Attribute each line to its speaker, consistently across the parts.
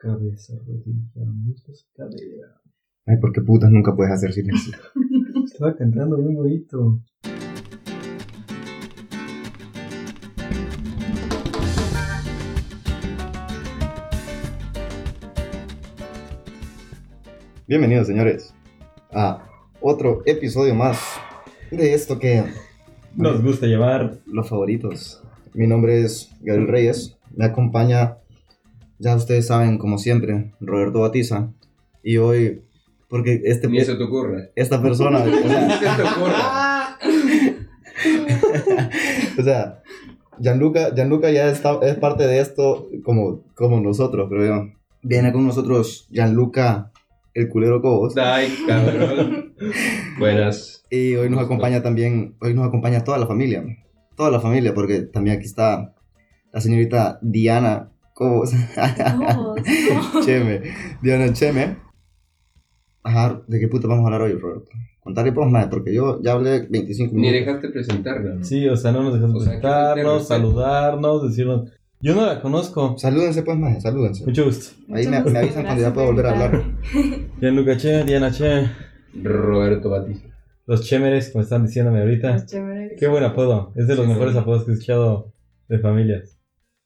Speaker 1: Cabeza, rodilla, muslos, cadera.
Speaker 2: Ay, porque putas nunca puedes hacer silencio.
Speaker 1: Estaba cantando bien bonito.
Speaker 2: Bienvenidos, señores, a otro episodio más de esto que
Speaker 1: Nos gusta llevar.
Speaker 2: los favoritos. Mi nombre es Gabriel Reyes, me acompaña, ya ustedes saben, como siempre, Roberto Batiza. Y hoy, porque este,
Speaker 3: Ni eso te ocurre.
Speaker 2: esta persona, o
Speaker 3: Ni
Speaker 2: sea,
Speaker 3: se te ocurre.
Speaker 2: o sea, Gianluca, Gianluca ya está, es parte de esto como, como nosotros, creo yo. Viene con nosotros Gianluca, el culero Cobos.
Speaker 3: Ay, cabrón. Buenas.
Speaker 2: Y hoy nos acompaña también, hoy nos acompaña toda la familia, toda la familia, porque también aquí está la señorita Diana Cobos,
Speaker 4: Todos, todos.
Speaker 2: Cheme, Diana Cheme. Ajá, ¿de qué puta vamos a hablar hoy, Roberto? Contarle pues más, porque yo ya hablé 25
Speaker 3: Ni
Speaker 2: minutos.
Speaker 3: dejaste presentarla. ¿no?
Speaker 1: Sí, o sea, no nos dejas
Speaker 3: O sea, que
Speaker 1: presentarnos,
Speaker 3: respeto.
Speaker 1: saludarnos, decirnos. Yo no la conozco.
Speaker 2: Salúdense pues más, salúdense.
Speaker 1: Mucho gusto.
Speaker 2: Ahí me- me avisan cuando ya pueda volver a hablar.
Speaker 1: Gianluca Che, Diana Che,
Speaker 3: Roberto Batista.
Speaker 1: los Chemeres, como están diciéndome ahorita.
Speaker 4: Los chéveres.
Speaker 1: Ah, Qué buen apodo. Es de los
Speaker 3: Sí,
Speaker 1: mejores
Speaker 3: sí.
Speaker 1: apodos que he escuchado de familias.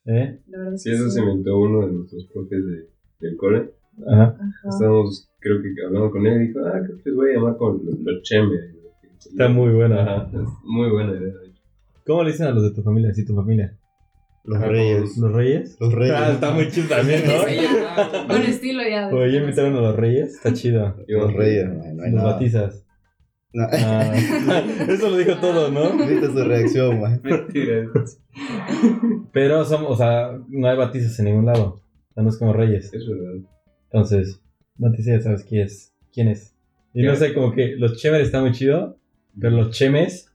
Speaker 1: ¿Eh?
Speaker 4: La verdad es
Speaker 3: Sí,
Speaker 4: que
Speaker 3: eso
Speaker 4: sí.
Speaker 3: se inventó uno de nuestros profes de, del cole.
Speaker 1: Ajá.
Speaker 4: Ajá.
Speaker 3: Estábamos, creo que hablando con él y dijo, ah, creo que les voy a llamar con los, los cheme.
Speaker 1: Está muy buena.
Speaker 3: Ajá, es muy buena idea. de hecho.
Speaker 1: ¿Cómo le dicen a los de tu familia? Sí, tu familia.
Speaker 2: Los
Speaker 3: Ajá,
Speaker 2: reyes.
Speaker 1: ¿Los reyes?
Speaker 2: Los reyes.
Speaker 1: Ah, está muy chido también, ¿no?
Speaker 4: Sí. Con estilo ya. de-
Speaker 1: Oye, invitaron a los reyes. Está chido.
Speaker 2: Los reyes, no hay- no hay
Speaker 1: los
Speaker 2: nada.
Speaker 1: batizas.
Speaker 2: No.
Speaker 1: Ah, eso lo dijo todo, ¿no?
Speaker 2: Viste su reacción, man.
Speaker 3: Mentira.
Speaker 1: Pero son, o sea, no hay batizas en ningún lado. O sea, no es como reyes.
Speaker 3: Es verdad.
Speaker 1: Entonces, batiza ya sabes quién es. ¿Quién es? Y no
Speaker 3: Ya.
Speaker 1: sé, como que los chéveres está muy chido, pero los chemes,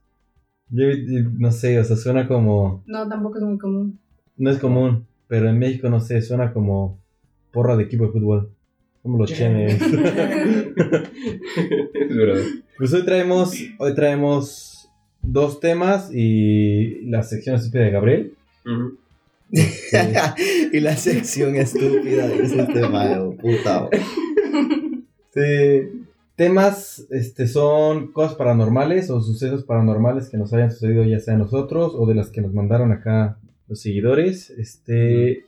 Speaker 1: yo yo no sé, o sea, suena como,
Speaker 4: No, tampoco es muy común.
Speaker 1: no es común, pero en México no sé, suena como porra de equipo de fútbol. Como los chemes.
Speaker 3: Es verdad.
Speaker 1: Pues hoy traemos, hoy traemos dos temas y la sección estúpida de Gabriel.
Speaker 3: Ujú.
Speaker 2: y la sección estúpida de ese tema, hijo, puta. man.
Speaker 1: Este, temas este, son cosas paranormales o sucesos paranormales que nos hayan sucedido ya sea a nosotros o de las que nos mandaron acá los seguidores. Este,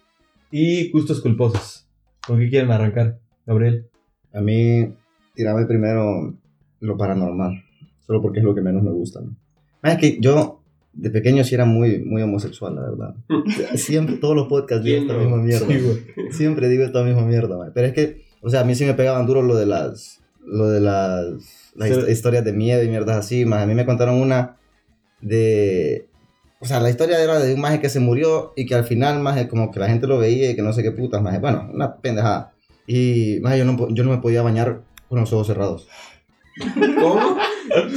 Speaker 1: y gustos culposos. ¿Con qué quieren arrancar, Gabriel?
Speaker 2: A mí, tirame primero lo paranormal, solo porque es lo que menos me gusta. ¿no? Ah, Es que yo, de pequeño, sí era muy, muy homosexual, la verdad. O sea, Siempre, todos los podcasts digo
Speaker 3: ¿Quién
Speaker 2: esta
Speaker 3: no?
Speaker 2: misma mierda.
Speaker 1: Sí, güey.
Speaker 2: Siempre digo esta misma mierda, man. Pero es que, o sea, a mí sí me pegaban duro lo de las, lo de las, las
Speaker 1: Sí.
Speaker 2: hist- historias de miedo y mierdas así, más. A mí me contaron una de... O sea, la historia era de un maje que se murió y que al final, maje, como que la gente lo veía y que no sé qué putas, maje. Bueno, una pendejada. Y, maje, yo no, po- yo no me podía bañar con los ojos cerrados.
Speaker 3: ¿Cómo?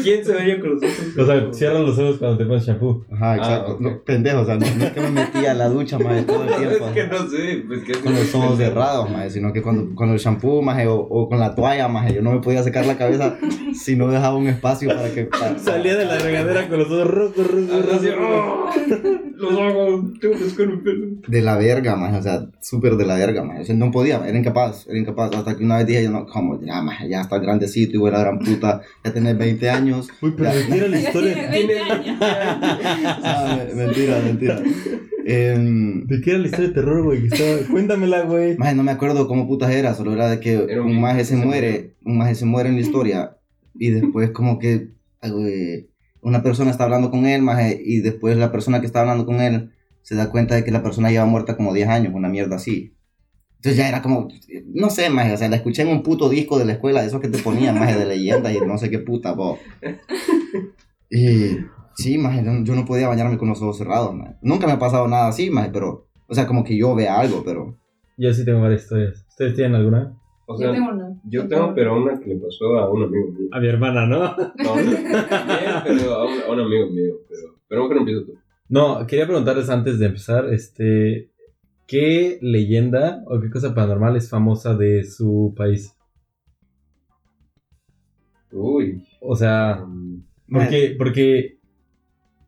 Speaker 3: ¿Quién se veía con los ojos?
Speaker 1: O sea, cierran los ojos cuando te pones shampoo.
Speaker 2: Ajá,
Speaker 3: Ah,
Speaker 2: exacto.
Speaker 3: ok.
Speaker 2: No, pendejo, o sea, no, no es que me metía a la ducha, maje, todo el tiempo.
Speaker 3: Es que no sé. Pues, que
Speaker 2: con los ojos cerrados, maje, sino que cuando, con el shampoo, maje, o, o con la toalla, maje, yo no me podía secar la cabeza si no dejaba un espacio para que... para-
Speaker 1: Salía de la regadera con los ojos rojos, rojos,
Speaker 3: Ahora sí,
Speaker 1: rojos.
Speaker 3: ¡oh! Los ojos, tengo que buscar un pelo.
Speaker 2: de la verga, maje, o sea, súper de la verga, maje, o sea, no podía, era incapaz, era incapaz, hasta que una vez dije, yo no, como, ya, maje, ya estás grandecito, hijo de la gran puta, ya tenés 20 años,
Speaker 1: Uy, pero me tira la
Speaker 4: Ya tiene
Speaker 1: historia.
Speaker 4: 20 años.
Speaker 2: Ah, me- mentira, mentira. Em,
Speaker 1: ¿De qué era la historia de terror, güey? Que estaba- Cuéntamela, güey.
Speaker 2: Maje, no me acuerdo cómo putas era, solo era de que
Speaker 3: Era un
Speaker 2: un maje se
Speaker 3: se
Speaker 2: muere, un maje se muere en la historia y después como que eh, una persona está hablando con él, maje, y después la persona que está hablando con él se da cuenta de que la persona lleva muerta como 10 años, una mierda así. Entonces ya era como, no sé, maje, o sea, la escuché en un puto disco de la escuela, de esos que te ponían, maje, de leyenda y no sé qué puta, po. Y sí, maje, yo, yo no podía bañarme con los ojos cerrados, maje. Nunca me ha pasado nada así, maje, pero, o sea, como que yo vea algo, pero...
Speaker 1: Yo sí tengo varias historias. ¿Ustedes tienen alguna?
Speaker 3: O
Speaker 4: Yo
Speaker 3: sea,
Speaker 4: tengo una.
Speaker 3: yo tengo, pero una que le pasó a un amigo mío.
Speaker 1: A mi hermana, ¿no?
Speaker 3: No, bien, pero a un, a un amigo mío. Pero, pero mejor empiezo tú.
Speaker 1: No, quería preguntarles antes de empezar, este, ¿qué leyenda o qué cosa paranormal es famosa de su país?
Speaker 3: Uy.
Speaker 1: O sea,
Speaker 3: um,
Speaker 1: porque, porque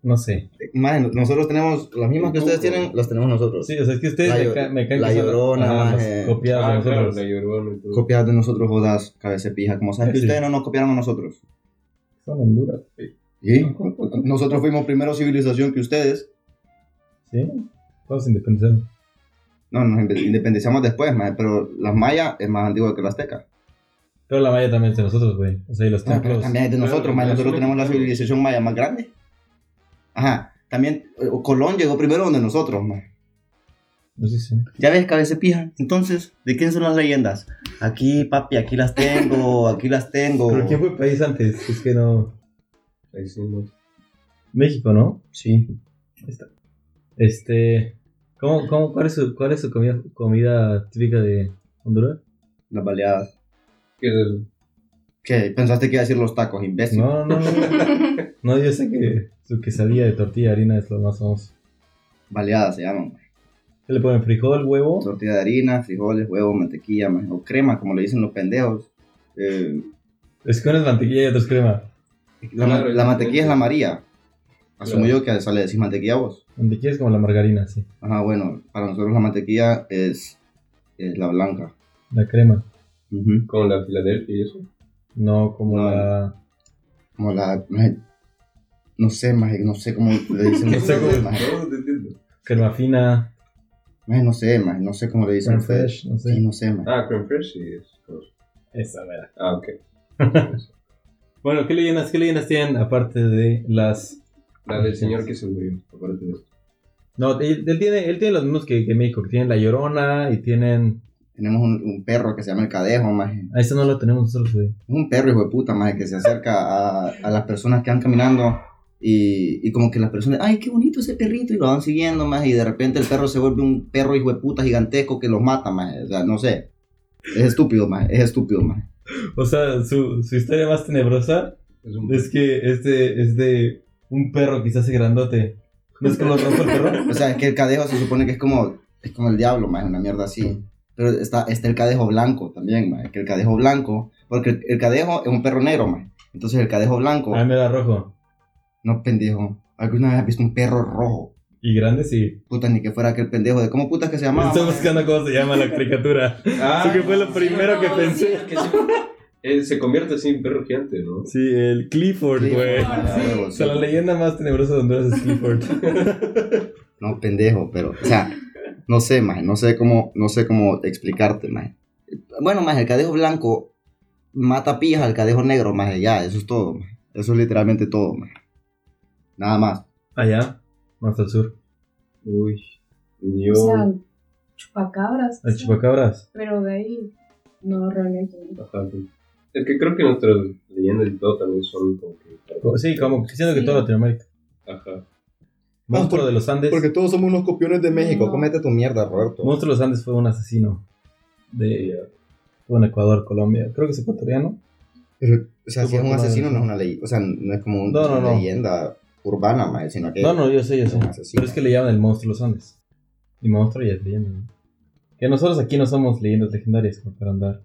Speaker 1: No sé.
Speaker 2: Maje, nosotros tenemos las mismas que ustedes tienen, las tenemos nosotros.
Speaker 1: Sí, o sea, es que ustedes
Speaker 2: La
Speaker 1: me
Speaker 2: llor-
Speaker 1: ca- me caen
Speaker 2: la
Speaker 1: que son-
Speaker 2: llorona,
Speaker 1: ajá,
Speaker 2: más,
Speaker 1: los
Speaker 2: eh,
Speaker 1: copiados de
Speaker 3: Ah, claro,
Speaker 1: nosotros.
Speaker 3: la llorona y todo.
Speaker 2: Copiadas de nosotros, jodas, cabeza pija. Como sabes que
Speaker 1: Sí.
Speaker 2: ustedes no nos copiaron a nosotros.
Speaker 1: Son Honduras.
Speaker 2: ¿Sí? Nosotros fuimos primero civilización que ustedes.
Speaker 1: Sí. Todos independizados.
Speaker 2: No, nos inde- independizamos después, maje, pero las mayas es más antigua que la azteca.
Speaker 1: Pero la maya también es de nosotros, güey. O sea, y los
Speaker 2: Ah, pero
Speaker 1: templos.
Speaker 2: también es de
Speaker 3: Claro,
Speaker 2: nosotros, maje,
Speaker 3: pero
Speaker 2: nosotros
Speaker 3: es
Speaker 2: tenemos la
Speaker 3: mexicano.
Speaker 2: civilización maya más grande. Ajá, también eh, Colón llegó primero donde nosotros, maje.
Speaker 1: No sé si.
Speaker 2: Ya ves, cabeza pija. Entonces, ¿de quién son las leyendas? Aquí, papi, aquí las tengo, aquí las tengo.
Speaker 1: ¿Pero quién fue país antes? Es que no.
Speaker 3: Ahí sí, no.
Speaker 1: México, ¿no?
Speaker 2: Sí.
Speaker 1: Este. ¿Cómo, cómo, cuál es su, cuál es su comida, comida típica de Honduras?
Speaker 2: Las baleadas.
Speaker 3: Que el-
Speaker 2: ¿Qué? ¿Pensaste que iba a decir los tacos, imbécil?
Speaker 1: No, no, no. No, yo sé que su quesadilla de tortilla de harina es lo más famoso.
Speaker 2: Baleadas se llaman.
Speaker 1: ¿Qué le ponen? ¿Frijol, huevo?
Speaker 2: Tortilla de harina, frijoles, huevo, mantequilla, maje, o crema, como le dicen los pendejos. Eh,
Speaker 1: Es que uno es mantequilla y otro es crema.
Speaker 2: la,
Speaker 3: Claro,
Speaker 2: la mantequilla es la María. Asumo
Speaker 3: Claro.
Speaker 2: yo que a esa le decís mantequilla a vos.
Speaker 1: Mantequilla es como la margarina, sí.
Speaker 2: Ajá, bueno, para nosotros la mantequilla es, es la blanca.
Speaker 1: La crema.
Speaker 2: Ujú.
Speaker 3: con la Filadelfia y eso.
Speaker 1: No como
Speaker 2: No.
Speaker 1: la.
Speaker 2: Como la. maje, No sé, maje, no sé cómo le
Speaker 1: No
Speaker 2: dicen
Speaker 1: sé
Speaker 2: ustedes,
Speaker 1: cómo-
Speaker 2: maje.
Speaker 3: No, te entiendo.
Speaker 1: Crema fina,
Speaker 2: Maje, No sé, maje, no sé cómo le dicen
Speaker 1: crema
Speaker 2: ustedes.
Speaker 1: fresh, no sé.
Speaker 2: Sí, no sé, maje.
Speaker 3: Ah, creme fresh y eso.
Speaker 1: Esa, mera.
Speaker 3: Ah, ok.
Speaker 1: Bueno, ¿qué leyendas, ¿qué leyendas tienen aparte de las...
Speaker 3: La del señor que se murió, aparte de eso.
Speaker 1: No, él, él tiene, él tiene los mismos que, que México, que tienen La Llorona y tienen...
Speaker 2: Tenemos un, un perro que se llama el cadejo, maje.
Speaker 1: A eso no lo tenemos nosotros, güey.
Speaker 2: Es un perro hijo de puta, maje, que se acerca a, a las personas que van caminando y, y como que las personas, ay, qué bonito ese perrito, y lo van siguiendo, maje, y de repente el perro se vuelve un perro hijo de puta gigantesco que los mata, maje, o sea, no sé. Es estúpido, maje, es estúpido, maje.
Speaker 1: O sea, su, su historia más tenebrosa
Speaker 3: Es un
Speaker 1: es que es de, es de un perro quizás grandote. ¿No es que lo rompe el perro?
Speaker 2: O sea, es que el cadejo se supone que es como, es como el diablo, maje, una mierda así. Pero está, está el cadejo blanco también, maje, que el cadejo blanco, porque el, el cadejo es un perro negro, maje. Entonces el cadejo blanco,
Speaker 1: Ah, me da rojo.
Speaker 2: no pendejo, alguna vez has visto un perro rojo.
Speaker 1: Y grande, sí.
Speaker 2: Puta, ni que fuera aquel pendejo de cómo putas que se llamaba.
Speaker 1: Estoy
Speaker 2: maje?
Speaker 1: buscando cómo se llama la caricatura.
Speaker 3: Ah,
Speaker 1: Eso que fue lo primero que
Speaker 4: no,
Speaker 1: pensé.
Speaker 4: sí.
Speaker 3: que se, eh, se convierte así en perro gigante, ¿no?
Speaker 1: Sí, el Clifford,
Speaker 2: Sí,
Speaker 1: güey.
Speaker 2: ah,
Speaker 4: Sí.
Speaker 2: huevo,
Speaker 1: O
Speaker 2: sí.
Speaker 1: sea, la leyenda más tenebrosa de Honduras es Clifford.
Speaker 2: No, pendejo, pero, o sea, no sé, más, no sé cómo, no sé cómo explicarte, más. Bueno, más, el cadejo blanco mata pijas al cadejo negro, más, ya, eso es todo, maje. Eso es literalmente todo, más. Nada más.
Speaker 1: Allá, más al sur.
Speaker 3: Uy.
Speaker 4: O
Speaker 3: Yo.
Speaker 4: sea, chupacabras.
Speaker 1: Al
Speaker 4: sí.
Speaker 1: Ah, chupacabras.
Speaker 4: Pero de ahí, no, realmente. no.
Speaker 3: Ajá, sí. Es que creo que nuestras leyendas y todo también son como que.
Speaker 1: Sí, como que siento que
Speaker 4: Sí.
Speaker 1: toda Latinoamérica.
Speaker 3: Ajá.
Speaker 1: Monstruo
Speaker 2: por-
Speaker 1: de los Andes.
Speaker 2: todos somos unos copiones de
Speaker 4: México, No. cómete
Speaker 2: tu mierda, Roberto.
Speaker 1: Monstruo de los Andes fue un asesino de eh,
Speaker 3: Ya.
Speaker 1: fue en Ecuador, Colombia. Creo que es ecuatoriano.
Speaker 2: Pero, o sea,
Speaker 1: Tú
Speaker 2: si
Speaker 1: por
Speaker 2: es un
Speaker 1: tu madre.
Speaker 2: asesino, no es una ley, o sea, no es como un-
Speaker 1: No, no,
Speaker 2: una
Speaker 1: no.
Speaker 2: leyenda urbana, más, sino que...
Speaker 1: No, no, yo sé, yo sé.
Speaker 2: un asesino.
Speaker 1: Pero es que le llaman el monstruo de los Andes. Y monstruo ya es leyenda. ¿no? Que nosotros aquí no somos leyendas legendarias como para andar.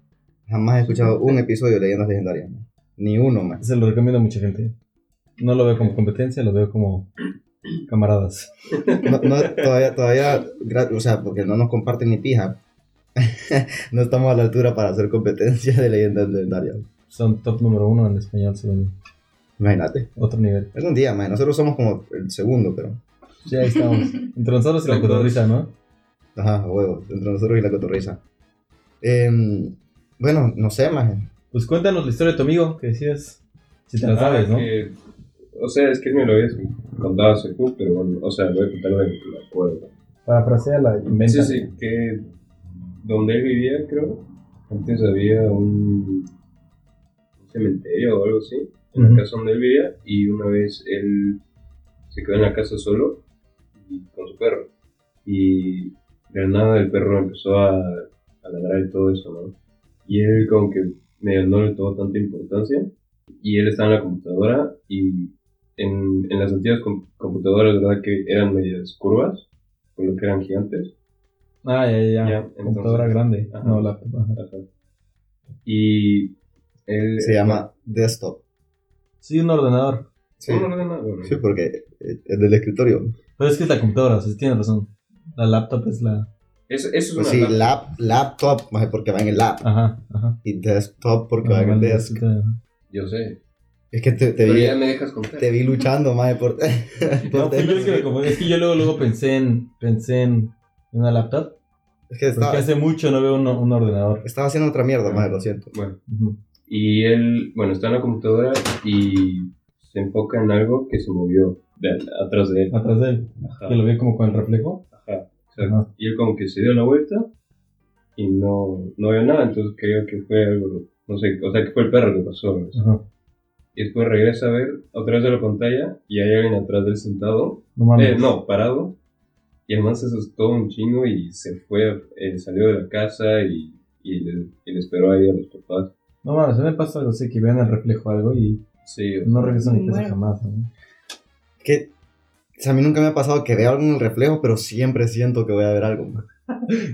Speaker 2: Jamás he escuchado un episodio de leyendas legendarias, maje. Ni uno, más.
Speaker 1: Se lo recomiendo a mucha gente. No lo veo como competencia, lo veo como camaradas.
Speaker 2: No, no, todavía, todavía, gra- o sea, porque no nos comparten ni pija. no estamos a la altura para hacer competencia de leyendas legendarias.
Speaker 1: Son top número uno en español, según yo.
Speaker 2: Imagínate.
Speaker 1: Otro nivel.
Speaker 2: Es un día, man. Nosotros somos como el segundo, pero.
Speaker 1: Ya ahí estamos. Entre nosotros y la cotorriza, ¿no?
Speaker 2: Ajá, a huevo. Entre nosotros y la cotorriza. Em, bueno, no sé, man.
Speaker 1: Pues cuéntanos la historia de tu amigo, que decías. Si te la sabes,
Speaker 3: Ah,
Speaker 1: ¿no?
Speaker 3: que- o sea, es que me lo habías contado hace poco, pero bueno, o sea, voy a contar de que me acuerdo.
Speaker 1: Parafraseala.
Speaker 3: Sí,
Speaker 1: Inventa.
Speaker 3: sí, que donde él vivía, creo, antes había un, un cementerio o algo así, en
Speaker 1: Ujú.
Speaker 3: la casa donde él vivía, y una vez él se quedó en la casa solo y con su perro. Y de la nada el perro empezó a, a ladrar y todo eso, ¿no? Y él como que medio no le tomó tanta importancia, y él estaba en la computadora, y en, en las antiguas com- computadoras, ¿verdad? Que eran medias curvas, por lo que eran gigantes.
Speaker 1: Ah, ya, ya, ya.
Speaker 3: Ya,
Speaker 1: Computadora grande.
Speaker 3: entonces, ajá.
Speaker 1: No, la. ajá.
Speaker 3: Ajá. Y él
Speaker 2: Se llama Desktop.
Speaker 1: Sí, un ordenador.
Speaker 5: Sí.
Speaker 3: No, no, no, no, bueno.
Speaker 5: Sí, porque eh, en el escritorio.
Speaker 1: Pero es que es la computadora, o sea, tienes razón. La laptop es la.
Speaker 3: Eso, eso es
Speaker 5: Pues
Speaker 3: una
Speaker 5: sí,
Speaker 3: lata.
Speaker 5: lap, laptop, maje, porque va en el lap.
Speaker 1: Ajá, ajá.
Speaker 5: Y desktop porque va en el desk.
Speaker 3: Yo sé.
Speaker 5: Es que te, te
Speaker 3: Ah, Pero
Speaker 5: vi,
Speaker 3: ya me dejas contar.
Speaker 5: te vi luchando, maje, por... por
Speaker 1: No, pues yo es, que me
Speaker 5: dentro.
Speaker 1: confundí. Es que yo luego, luego pensé en pensé en una laptop.
Speaker 5: Es que
Speaker 1: Porque
Speaker 5: estaba,
Speaker 1: hace mucho no veo un, un ordenador.
Speaker 5: estaba haciendo otra
Speaker 3: Ah.
Speaker 5: mierda, maje, lo siento.
Speaker 3: Bueno,
Speaker 1: Ujú.
Speaker 3: y él, bueno, está en la computadora y se enfoca en algo que se movió de atrás de él.
Speaker 1: Atrás de él.
Speaker 3: Ajá.
Speaker 1: Que lo ve como con el reflejo.
Speaker 3: Ajá. O sea,
Speaker 1: Ajá.
Speaker 3: Y él como que se dio la vuelta y no, no vio nada, entonces creo que fue algo, no sé, o sea, que fue el perro que pasó. ¿no?
Speaker 1: Ajá.
Speaker 3: Y después regresa a ver otra vez a la pantalla y hay alguien atrás del sentado,
Speaker 1: No
Speaker 3: eh,
Speaker 1: mames.
Speaker 3: no, parado. Y el man se asustó un chingo y se fue, eh, salió de la casa y, y, le, y le esperó ahí a los papás.
Speaker 1: No mames, a mí me pasa algo así que vean el reflejo algo y
Speaker 3: Sí, o sea,
Speaker 1: no regresan a mi casa
Speaker 4: Bueno.
Speaker 1: jamás. ¿no?
Speaker 5: Que, o sea, a mí nunca me ha pasado que vea algo en el reflejo, pero siempre siento que voy a ver algo, maje.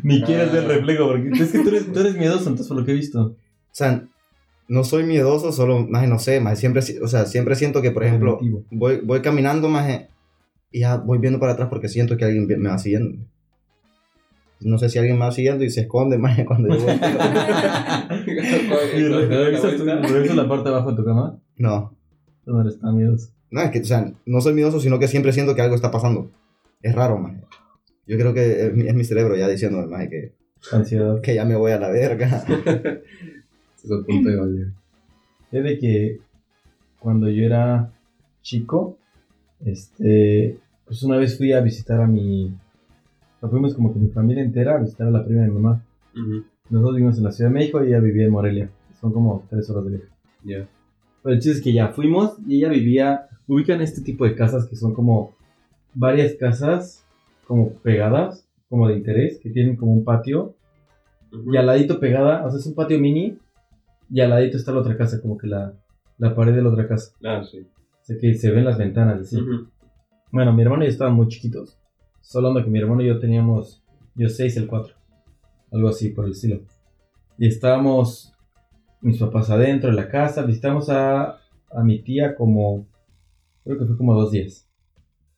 Speaker 1: Ni quieres
Speaker 3: Ah.
Speaker 1: ver el reflejo porque es que tú eres, tú eres miedoso, entonces por lo que he visto.
Speaker 5: O sea, no soy miedoso, solo, maje, no sé, maje, siempre, si- o sea, siempre siento que, por ejemplo,
Speaker 1: Primitivo.
Speaker 5: voy, voy caminando, maje, y ya voy viendo para atrás porque siento que alguien vi- me va siguiendo. No sé si alguien me va siguiendo y se esconde, maje, cuando yo volteo.
Speaker 1: Y
Speaker 3: Cuando
Speaker 1: re-
Speaker 3: da la
Speaker 1: revisas, tu-
Speaker 3: vuelta,
Speaker 1: revisas la parte de abajo de tu cama.
Speaker 5: No,
Speaker 1: Donde está miedoso.
Speaker 5: No, es que, o sea, no soy miedoso, sino que siempre siento que algo está pasando. Es raro, maje. Yo creo que es mi, es mi cerebro ya diciéndome, maje, que,
Speaker 1: Ansiedad.
Speaker 5: que ya me voy a la verga.
Speaker 3: se lo apunta y vale.
Speaker 1: Es de que cuando yo era chico, este, pues una vez fui a visitar a mi, o sea, fuimos como que mi familia entera a visitar a la prima de mi mamá.
Speaker 3: Ujú,
Speaker 1: Nosotros vivimos en la Ciudad de México y ella vivía en Morelia. Son como tres horas de viaje.
Speaker 3: Ya.
Speaker 1: Pero el chiste es que ya fuimos y ella vivía, ubican este tipo de casas que son como varias casas como pegadas, como de interés, que tienen como un patio y al ladito pegada, o sea, es un patio mini. Y al ladito está la otra casa, como que la, la pared de la otra casa.
Speaker 3: Ah, sí.
Speaker 1: O sea, que se ven las ventanas, así.
Speaker 3: Ujú.
Speaker 1: Bueno, mi hermano y yo estaban muy chiquitos. Solo ando que mi hermano y yo teníamos, yo 6, el 4. Algo así, por el estilo. Y estábamos, mis papás adentro de la casa. Visitamos a, a mi tía como, creo que fue como dos días.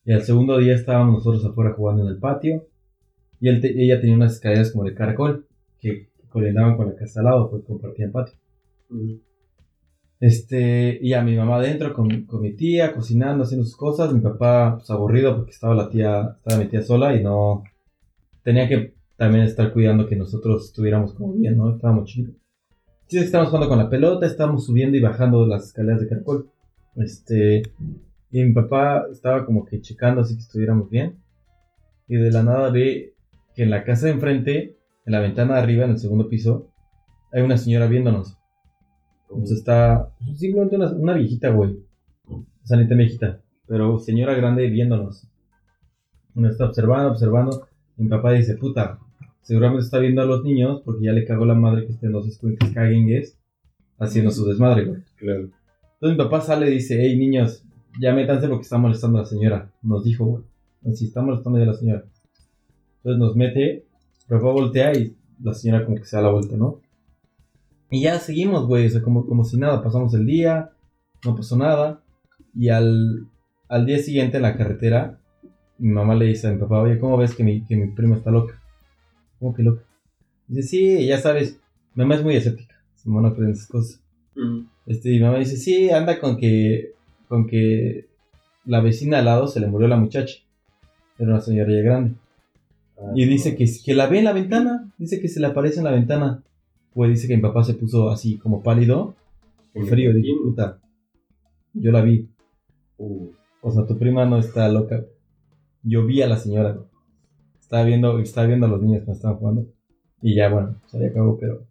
Speaker 1: Y al segundo día estábamos nosotros afuera jugando en el patio. Y él te- ella tenía unas escaleras como de caracol que colindaban con la casa al lado, pues compartían patio.
Speaker 3: Ujú.
Speaker 1: Este, y a mi mamá adentro con, con mi tía, cocinando, haciendo sus cosas. Mi papá, pues aburrido porque estaba la tía, estaba mi tía sola y no. Tenía que también estar cuidando que nosotros estuviéramos como bien, ¿no? Estábamos chidos. Sí, estábamos jugando con la pelota, estábamos subiendo y bajando las escaleras de caracol. Este, y mi papá estaba como que checando así que estuviéramos bien. Y de la nada ve que en la casa de enfrente, en la ventana de arriba, en el segundo piso, hay una señora viéndonos. Entonces está pues, simplemente una, una viejita, güey. O sea, ni tan viejita. Pero señora grande viéndonos. Nos está observando, observando. Y mi papá dice, puta, seguramente está viendo a los niños porque ya le cagó la madre que estén los escuintes caguengues haciendo su desmadre, güey.
Speaker 3: Claro.
Speaker 1: Entonces mi papá sale y dice, hey niños, ya métanse porque está molestando a la señora. Nos dijo, güey. Así está molestando ya la señora. Entonces nos mete, mi papá voltea y la señora como que se da la vuelta, ¿no? Y ya seguimos, güey, o sea, como, como si nada, pasamos el día, no pasó nada. Y al, al día siguiente en la carretera, mi mamá le dice a mi papá, oye, ¿cómo ves que mi, que mi prima está loca? ¿Cómo que loca? Dice, sí, ya sabes, mi mamá es muy escéptica, su mamá no cree en esas cosas.
Speaker 3: Ujú.
Speaker 1: Este, y mi mamá dice, sí, anda con que, con que la vecina al lado se le murió la muchacha. Era una señora ya grande. Ah, Y dice que, que la ve en la ventana, dice que se le aparece en la ventana. Pues dice que mi papá se puso así como pálido,
Speaker 3: Que me
Speaker 1: frío, dijo,
Speaker 3: imagino.
Speaker 1: puta, yo la vi.
Speaker 3: Uh,
Speaker 1: O sea, tu prima no está loca. Yo vi a la señora. güey. Estaba viendo, estaba viendo a los niños que estaban jugando. Y ya, bueno, se acabó, pero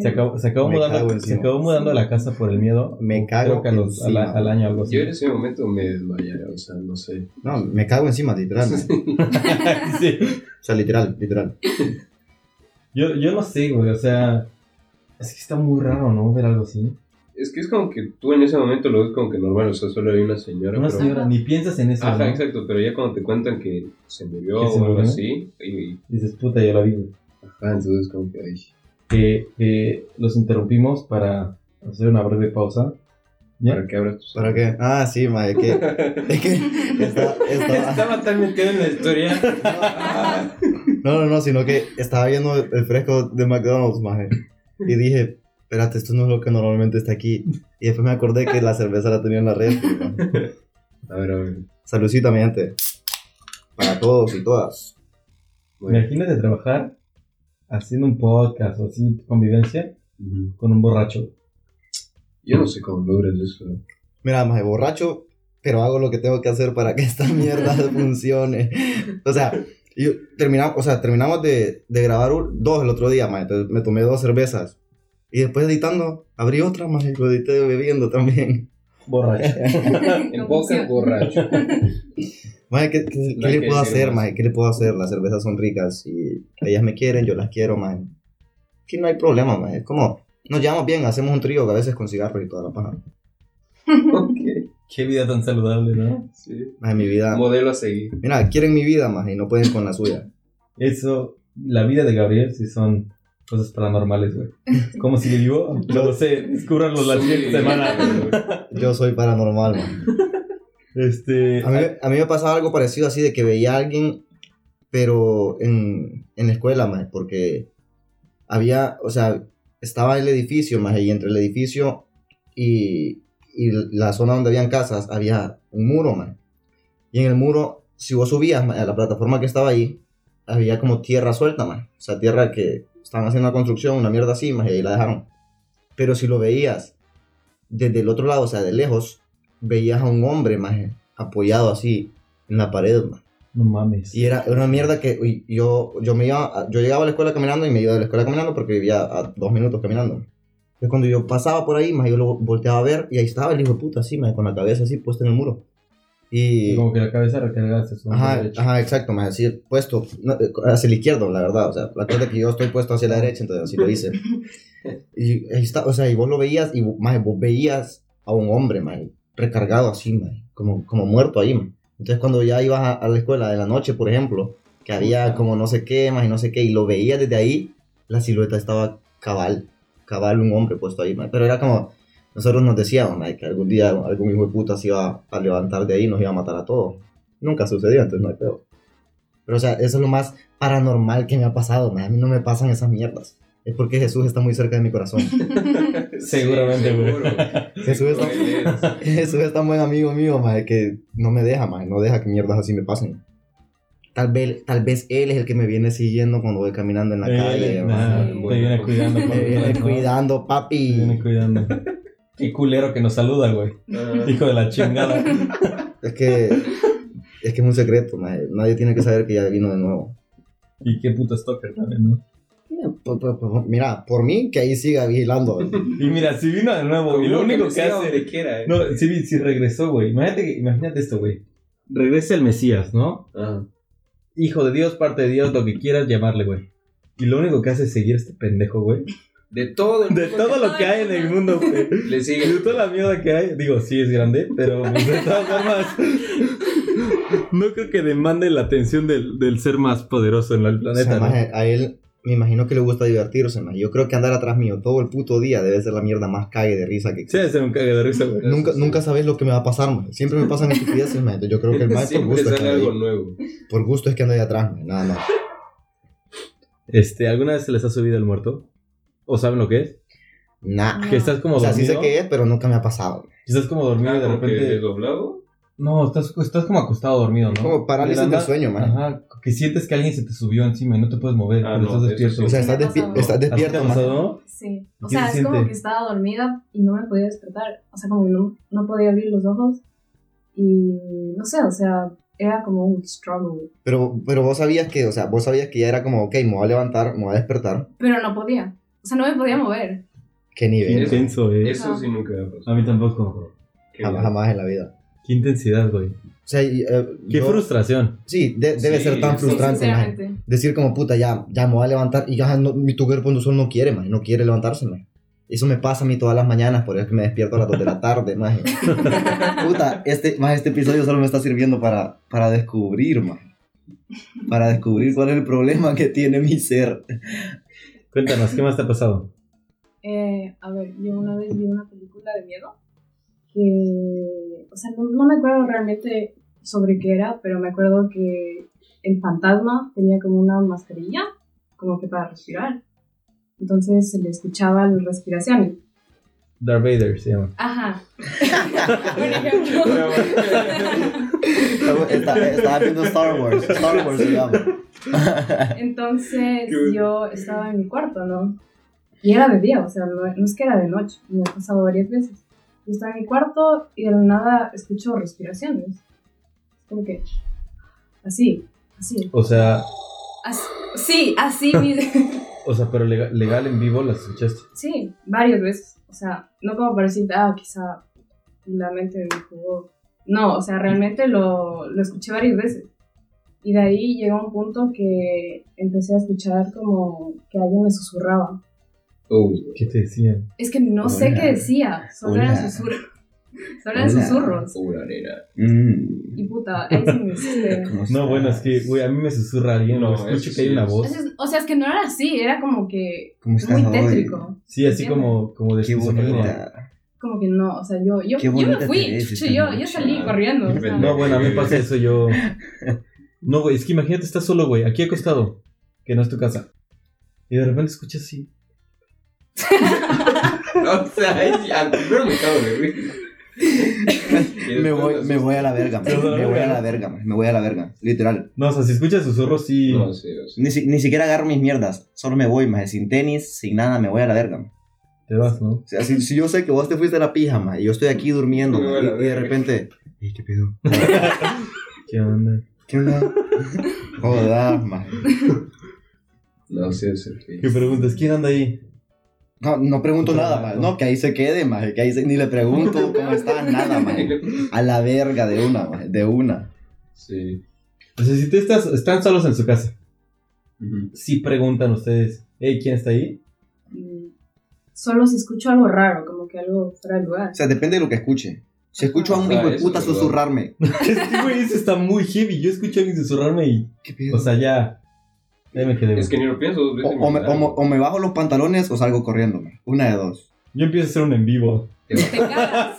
Speaker 1: se acabó, se acabó
Speaker 5: Me cago
Speaker 1: mudando, se
Speaker 5: encima.
Speaker 1: acabó mudando de la casa por el miedo.
Speaker 5: Me
Speaker 1: O
Speaker 5: cago
Speaker 1: creo que a los- al,
Speaker 5: encima.
Speaker 1: al año algo así.
Speaker 3: Yo en ese momento me desmayé, o sea, no sé.
Speaker 5: No, me cago encima, literal. maje.
Speaker 1: Sí.
Speaker 5: O sea, literal, literal.
Speaker 1: Yo, yo no sé, güey. O sea, es que está muy raro, ¿no? Ver algo así.
Speaker 3: Es que es como que tú en ese momento lo ves como que normal, o sea, solo hay una señora.
Speaker 1: Una
Speaker 3: pero-
Speaker 1: señora, ni piensas en eso.
Speaker 3: Ajá,
Speaker 1: ¿no?
Speaker 3: exacto, pero ya cuando te cuentan que se murió
Speaker 1: Que se
Speaker 3: o algo
Speaker 1: murió.
Speaker 3: así, y, y-
Speaker 1: Dices, puta, yo la vi. güey.
Speaker 3: ajá, entonces como que, ay,
Speaker 1: Que, que los interrumpimos para hacer una breve pausa ¿Ya?
Speaker 3: Para que abras tus
Speaker 2: ¿Para qué? Ah, sí, ma, es que. Es que. Está, está-
Speaker 1: Estaba tan metido en la historia.
Speaker 2: no, no, no, sino que estaba viendo el el fresco de McDonald's, ma. eh, Y dije, espérate, esto no es lo que normalmente está aquí. Y después me acordé que la cerveza la tenía en la red.
Speaker 3: A ver, a ver.
Speaker 2: Saludcita, mi gente. Para todos y todas.
Speaker 3: Bueno.
Speaker 1: Imagínate trabajar haciendo un podcast o así, convivencia,
Speaker 3: Ujú.
Speaker 1: con un borracho.
Speaker 3: Yo no sé cómo logras eso.
Speaker 2: Mira, ma, borracho, pero hago lo que tengo que hacer para que esta mierda funcione. O sea, yo, terminamos, o sea, terminamos de, de grabar un- dos el otro día, ma. Entonces me tomé dos cervezas. Y después editando, abrí otra, ma. Y lo edité bebiendo también.
Speaker 1: Borracho.
Speaker 3: En boca borracho.
Speaker 2: Mae, ¿qué, qué-
Speaker 3: No
Speaker 2: qué
Speaker 3: hay
Speaker 2: le
Speaker 3: que
Speaker 2: puedo
Speaker 3: decir
Speaker 2: hacer,
Speaker 3: más.
Speaker 2: mae? ¿Qué le puedo hacer? Las cervezas son ricas y ellas me quieren, yo las quiero, mae. Que no hay problema, mae. Es como, nos llevamos bien, hacemos un trío a veces con cigarros y toda la paja.
Speaker 3: ok.
Speaker 1: Qué vida tan saludable, ¿no?
Speaker 3: Sí.
Speaker 2: Mae, mi vida.
Speaker 3: Modelo a seguir.
Speaker 2: Mira, quieren mi vida, mae, y no pueden con la suya.
Speaker 1: Eso, la vida de Gabriel sí son cosas paranormales, güey. Como si vivió, no lo sé, descúbranlo Pues la siguiente semana.
Speaker 2: Yo soy paranormal, mae.
Speaker 1: Este,
Speaker 2: A mí, a mí me pasaba algo parecido así de que veía a alguien, pero en, en la escuela, mae, porque había, o sea, estaba el edificio, mae, y entre el edificio y, y la zona donde habían casas había un muro, mae. Y en el muro, si vos subías mae, a la plataforma que estaba ahí, había como tierra suelta, mae. O sea, tierra que estaban haciendo la construcción, una mierda así, mae, y ahí la dejaron. Pero si lo veías desde el otro lado, o sea, de lejos, veías a un hombre, mae, apoyado así en la pared, mae.
Speaker 1: no mames.
Speaker 2: Y era una mierda que uy, yo, yo, me iba, a- yo llegaba a la escuela caminando y me iba de la escuela caminando porque vivía a dos minutos caminando. Entonces cuando yo pasaba por ahí, más yo lo volteaba a ver y ahí estaba el hijo de puta así, más con la cabeza así puesta en el muro. Y...
Speaker 1: Y como que la cabeza recargada hacia su hombro
Speaker 2: Ajá,
Speaker 1: derecho.
Speaker 2: ajá, exacto, más así puesto no, eh, hacia el izquierdo, la verdad. O sea, la cosa es que yo estoy puesto hacia la derecha, entonces así lo hice. Y ahí está, o sea, y vos lo veías y más vos veías a un hombre, más recargado así, más como, como muerto ahí, más Entonces cuando ya ibas a, a la escuela de la noche, por ejemplo, que había como no sé qué, más y no sé qué, y lo veías desde ahí, la silueta estaba cabal, cabal un hombre puesto ahí, más Pero era como, nosotros nos decíamos, mae, que algún día algún hijo de puta se iba a levantar de ahí y nos iba a matar a todos. Nunca sucedió, entonces no hay pedo. Pero, o sea, eso es lo más paranormal que me ha pasado, mae. A mí no me pasan esas mierdas. Es porque Jesús está muy cerca de mi corazón.
Speaker 1: Seguramente, güey.
Speaker 2: Jesús, está, Jesús es tan buen amigo mío, mae, que no me deja, mae. No deja que mierdas así me pasen. Tal vez, tal vez él es el que me viene siguiendo cuando voy caminando en la
Speaker 1: Eh,
Speaker 2: calle,
Speaker 1: nah,
Speaker 2: mae.
Speaker 1: te viene cuidando.
Speaker 2: Me viene
Speaker 1: ¿no?
Speaker 2: cuidando,
Speaker 1: Te viene
Speaker 2: papi.
Speaker 1: cuidando. Qué culero que nos saluda, güey.
Speaker 3: Seguro.
Speaker 1: Hijo de la chingada.
Speaker 2: Es que, es que es un secreto, mae. Nadie tiene que saber que ya vino de nuevo. Eh,
Speaker 1: Y qué puto stalker también, ¿no?
Speaker 2: Mira, por- por- por- pues, Mira, por mí que ahí siga vigilando.
Speaker 1: Y mira, si vino de nuevo, y lo único que hace.
Speaker 3: Donde quiera, eh.
Speaker 1: No, si, si regresó, güey. Imagínate, que- imagínate esto, güey. Regresa el Mesías, ¿no?
Speaker 3: Ajá.
Speaker 1: Hijo de Dios, parte de Dios, lo que quieras llamarle, güey. Y lo único que hace es seguir a este pendejo, güey.
Speaker 3: De todo el
Speaker 1: De
Speaker 3: mundo
Speaker 1: todo lo que hay en el mundo, güey.
Speaker 3: le
Speaker 1: Y de
Speaker 3: sigue.
Speaker 1: toda la mierda que hay, digo, sí es grande, pero pues, de todas formas, no creo que demande la atención del, del ser más poderoso en el
Speaker 2: O sea,
Speaker 1: planeta, ¿no?
Speaker 2: maje, a él me imagino que le gusta divertirse, maje. Yo creo que andar atrás mío todo el puto día debe ser la mierda más cague de risa que
Speaker 1: Sí,
Speaker 2: existe.
Speaker 1: es un cague de risa, güey.
Speaker 2: Nunca,
Speaker 3: sí.
Speaker 2: nunca sabes lo que me va a pasar, maje. Siempre me pasan estupideces, maje. Entonces Yo creo que el maje por
Speaker 3: Siempre
Speaker 2: gusto, es que
Speaker 3: sale
Speaker 2: anda
Speaker 3: algo
Speaker 2: ahí.
Speaker 3: nuevo.
Speaker 2: por gusto es que anda ahí atrás, maje. Nada más.
Speaker 1: Este, ¿alguna vez se les ha subido el muerto? ¿O saben lo que es?
Speaker 2: Nah.
Speaker 4: No.
Speaker 1: Que estás como
Speaker 2: O sea, sí
Speaker 1: dormido.
Speaker 2: sé que es, pero nunca me ha pasado. maje.
Speaker 1: Estás como dormido
Speaker 3: Ah,
Speaker 1: y de repente.
Speaker 3: ¿Desdoblado?
Speaker 1: No, estás, estás como acostado dormido, ¿no?
Speaker 2: Como parálisis
Speaker 1: De la
Speaker 2: del sueño, maje.
Speaker 1: Ajá, que sientes que alguien se te subió encima y no te puedes mover,
Speaker 3: Ah,
Speaker 1: pero
Speaker 3: no,
Speaker 1: estás
Speaker 3: eso
Speaker 1: despierto.
Speaker 3: sí.
Speaker 2: O sea,
Speaker 4: Sí me
Speaker 2: estás,
Speaker 4: ha
Speaker 2: despi-
Speaker 4: pasado.
Speaker 2: estás
Speaker 1: ¿A ti te ha
Speaker 2: despierto, maje.
Speaker 1: pasado?
Speaker 4: Sí.
Speaker 1: ¿Y
Speaker 4: O
Speaker 1: qué
Speaker 4: sea, es
Speaker 1: se
Speaker 4: como
Speaker 1: siente?
Speaker 4: que estaba dormida y no me podía despertar. O sea, como que no, no podía abrir los ojos. Y no sé, o sea, era como un struggle.
Speaker 2: Pero, pero vos sabías que, o sea, vos sabías que ya era como, ok, me voy a levantar, me voy a despertar.
Speaker 4: Pero no podía. O sea, no me podía mover.
Speaker 2: Qué
Speaker 1: Qué
Speaker 2: nivel.
Speaker 3: Eso-
Speaker 2: maje.
Speaker 1: intenso, eh.
Speaker 3: Eso sí nunca me ha
Speaker 1: A
Speaker 3: pasado.
Speaker 1: mí tampoco.
Speaker 3: Qué
Speaker 2: Jamás,
Speaker 3: bien.
Speaker 2: jamás en la vida.
Speaker 1: Qué intensidad, güey.
Speaker 2: O sea, y, eh,
Speaker 1: Qué
Speaker 2: yo-
Speaker 1: frustración.
Speaker 2: Sí, de- debe
Speaker 3: Sí,
Speaker 2: ser tan
Speaker 3: sí,
Speaker 4: Sí,
Speaker 2: frustrante, maje.
Speaker 4: sinceramente.
Speaker 2: decir como puta, ya, ya me voy a levantar y ya no, mi tu cuerpo no solo no quiere, maje, no quiere levantarse, maje. Eso me pasa a mí todas las mañanas, por eso es que me despierto a las 2 de la tarde, maje. Puta, este, maje, este episodio solo me está sirviendo para, para descubrir, maje. Para descubrir cuál es el problema que tiene mi ser.
Speaker 1: Cuéntanos, ¿qué más te ha pasado?
Speaker 4: Eh, a ver, yo una vez vi una película de miedo que que, o sea, no, no me acuerdo realmente sobre qué era, pero me acuerdo que el fantasma tenía como una mascarilla, como que para respirar. Entonces se le escuchaban respiraciones.
Speaker 1: Darth Vader se llama.
Speaker 4: Ajá. Por ejemplo.
Speaker 2: Está- Estaba viendo Star Wars. Star Wars se llama.
Speaker 4: Entonces
Speaker 3: Qué bueno.
Speaker 4: yo estaba en mi cuarto, ¿no? Y era de día, o sea, no, no es que era de noche, me ha pasado varias veces. Yo estaba en mi cuarto y de la nada escucho respiraciones. Como que. Así, así.
Speaker 1: O sea,
Speaker 4: así sí, así. mi-
Speaker 1: o sea, pero lega- legal, en vivo las escuchaste.
Speaker 4: sí, varias veces. O sea, no como para decir, ah, quizá la mente me jugó. No, o sea, realmente lo, lo escuché varias veces. Y de ahí llegó un punto que empecé a escuchar como que alguien me susurraba.
Speaker 3: Oh,
Speaker 1: ¿Qué te decían?
Speaker 4: Es que no sé
Speaker 2: Hola.
Speaker 4: qué decía, solo eran
Speaker 2: Hola.
Speaker 4: susurros. Solo eran
Speaker 2: Hola.
Speaker 4: susurros.
Speaker 3: oh, la arena.
Speaker 2: Mm.
Speaker 4: Y puta, ahí sí me hiciste.
Speaker 2: ¿Cómo
Speaker 1: No, bueno, es que,
Speaker 2: estás?
Speaker 1: güey, a mí me susurra alguien,
Speaker 3: No,
Speaker 1: o escucho
Speaker 3: eso
Speaker 1: que hay
Speaker 3: sí
Speaker 1: una
Speaker 3: es-
Speaker 1: voz.
Speaker 4: Entonces, o sea, es que no era así, era como que
Speaker 2: ¿Cómo estás
Speaker 4: muy
Speaker 2: hoy?
Speaker 4: tétrico.
Speaker 1: Sí, así como, como de
Speaker 2: Qué
Speaker 1: esquizofrenia.
Speaker 2: bonita.
Speaker 4: Como que no, o sea, yo, yo,
Speaker 2: Qué
Speaker 4: yo me
Speaker 2: bonita
Speaker 4: fui,
Speaker 2: te ves,
Speaker 4: chucho,
Speaker 2: esta
Speaker 4: yo, yo
Speaker 2: noche.
Speaker 4: salí corriendo. o sea.
Speaker 1: No, bueno, a mí me pasa eso yo. No, güey, es que imagínate, estás solo, güey, aquí acostado, que no es tu casa. Y de repente escuchas así.
Speaker 3: o sea, es, a- primero me cago de risa. Y
Speaker 2: Me
Speaker 3: después
Speaker 2: voy, me voy a la verga, man.
Speaker 1: Pero,
Speaker 2: me voy a la verga, man. me voy a la verga, literal.
Speaker 1: No, o sea, si escuchas susurros, sí.
Speaker 3: No sé, o sea.
Speaker 2: Ni, si- ni siquiera agarro mis mierdas, solo me voy, más sin tenis, sin nada, me voy a la verga. man.
Speaker 1: Te vas, ¿no?
Speaker 2: O sea, si, si yo sé que vos te fuiste a la pija, man, y yo estoy aquí durmiendo,
Speaker 3: Me
Speaker 2: man,
Speaker 3: voy a la
Speaker 2: y, y de
Speaker 3: verga.
Speaker 2: repente, "Ey, ¿qué pedo?
Speaker 1: ¿Qué onda?
Speaker 2: ¿Qué onda? Joder, man.
Speaker 3: No sé, o sea, que-
Speaker 1: ¿Qué preguntas? ¿Quién anda ahí?
Speaker 2: No, no pregunto
Speaker 1: Puta,
Speaker 2: nada, man.
Speaker 1: no.
Speaker 2: No, que ahí se quede, man. Que ahí se- ni le pregunto cómo está, nada, man. A la verga de una, man. De una.
Speaker 3: Sí.
Speaker 1: O sea, si te estás, están solos en su casa,
Speaker 3: Ujú.
Speaker 1: sí preguntan ustedes, hey, ¿quién está ahí?
Speaker 4: Mm, Solo si escucho algo raro, como que algo fuera de lugar.
Speaker 2: O sea, depende de lo que escuche. Si escucho a un
Speaker 3: Ajá,
Speaker 2: hijo de
Speaker 3: eso
Speaker 2: puta
Speaker 3: es verdad.
Speaker 2: susurrarme,
Speaker 1: Es que, güey, eso está muy heavy. Yo escucho a alguien susurrarme y,
Speaker 2: ¿qué pedo?
Speaker 1: o sea, ya. Ya me quedé. güey.
Speaker 3: Es que ni lo pienso dos
Speaker 2: O,
Speaker 3: veces.
Speaker 2: o me, o me- o me bajo los pantalones o salgo corriendo, man. Una de dos.
Speaker 1: Yo empiezo a hacer un en vivo.
Speaker 4: Te cagas.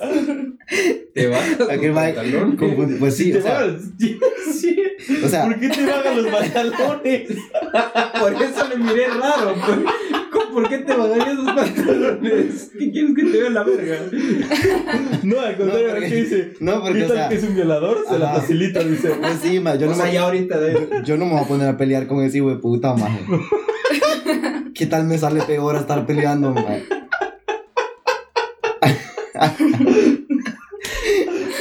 Speaker 3: Te bajas los
Speaker 2: Aquel man-
Speaker 3: pantalones.
Speaker 2: confundi- Pues sí,
Speaker 1: te
Speaker 2: o sea,
Speaker 1: bajas- sí.
Speaker 2: o sea,
Speaker 1: ¿Por qué te bajan los pantalones?
Speaker 3: Por eso le miré raro. Pues. ¿Cómo- ¿Por qué te bajarías los pantalones? ¿Qué quieres que te vea la verga?
Speaker 1: No, al contrario,
Speaker 2: No, porque-
Speaker 1: ¿qué dice?
Speaker 2: no,
Speaker 1: ¿Qué
Speaker 2: porque, o
Speaker 1: tal
Speaker 2: sea,
Speaker 1: que es un violador? Se la
Speaker 2: Ajá.
Speaker 1: facilita, dice.
Speaker 2: pues sí, man, yo
Speaker 3: O
Speaker 2: no
Speaker 3: sea,
Speaker 2: me
Speaker 3: ya ahorita de.
Speaker 2: yo no me voy a poner a pelear con ese hijo de puta, man. ¿Qué tal me sale peor a estar peleando, man?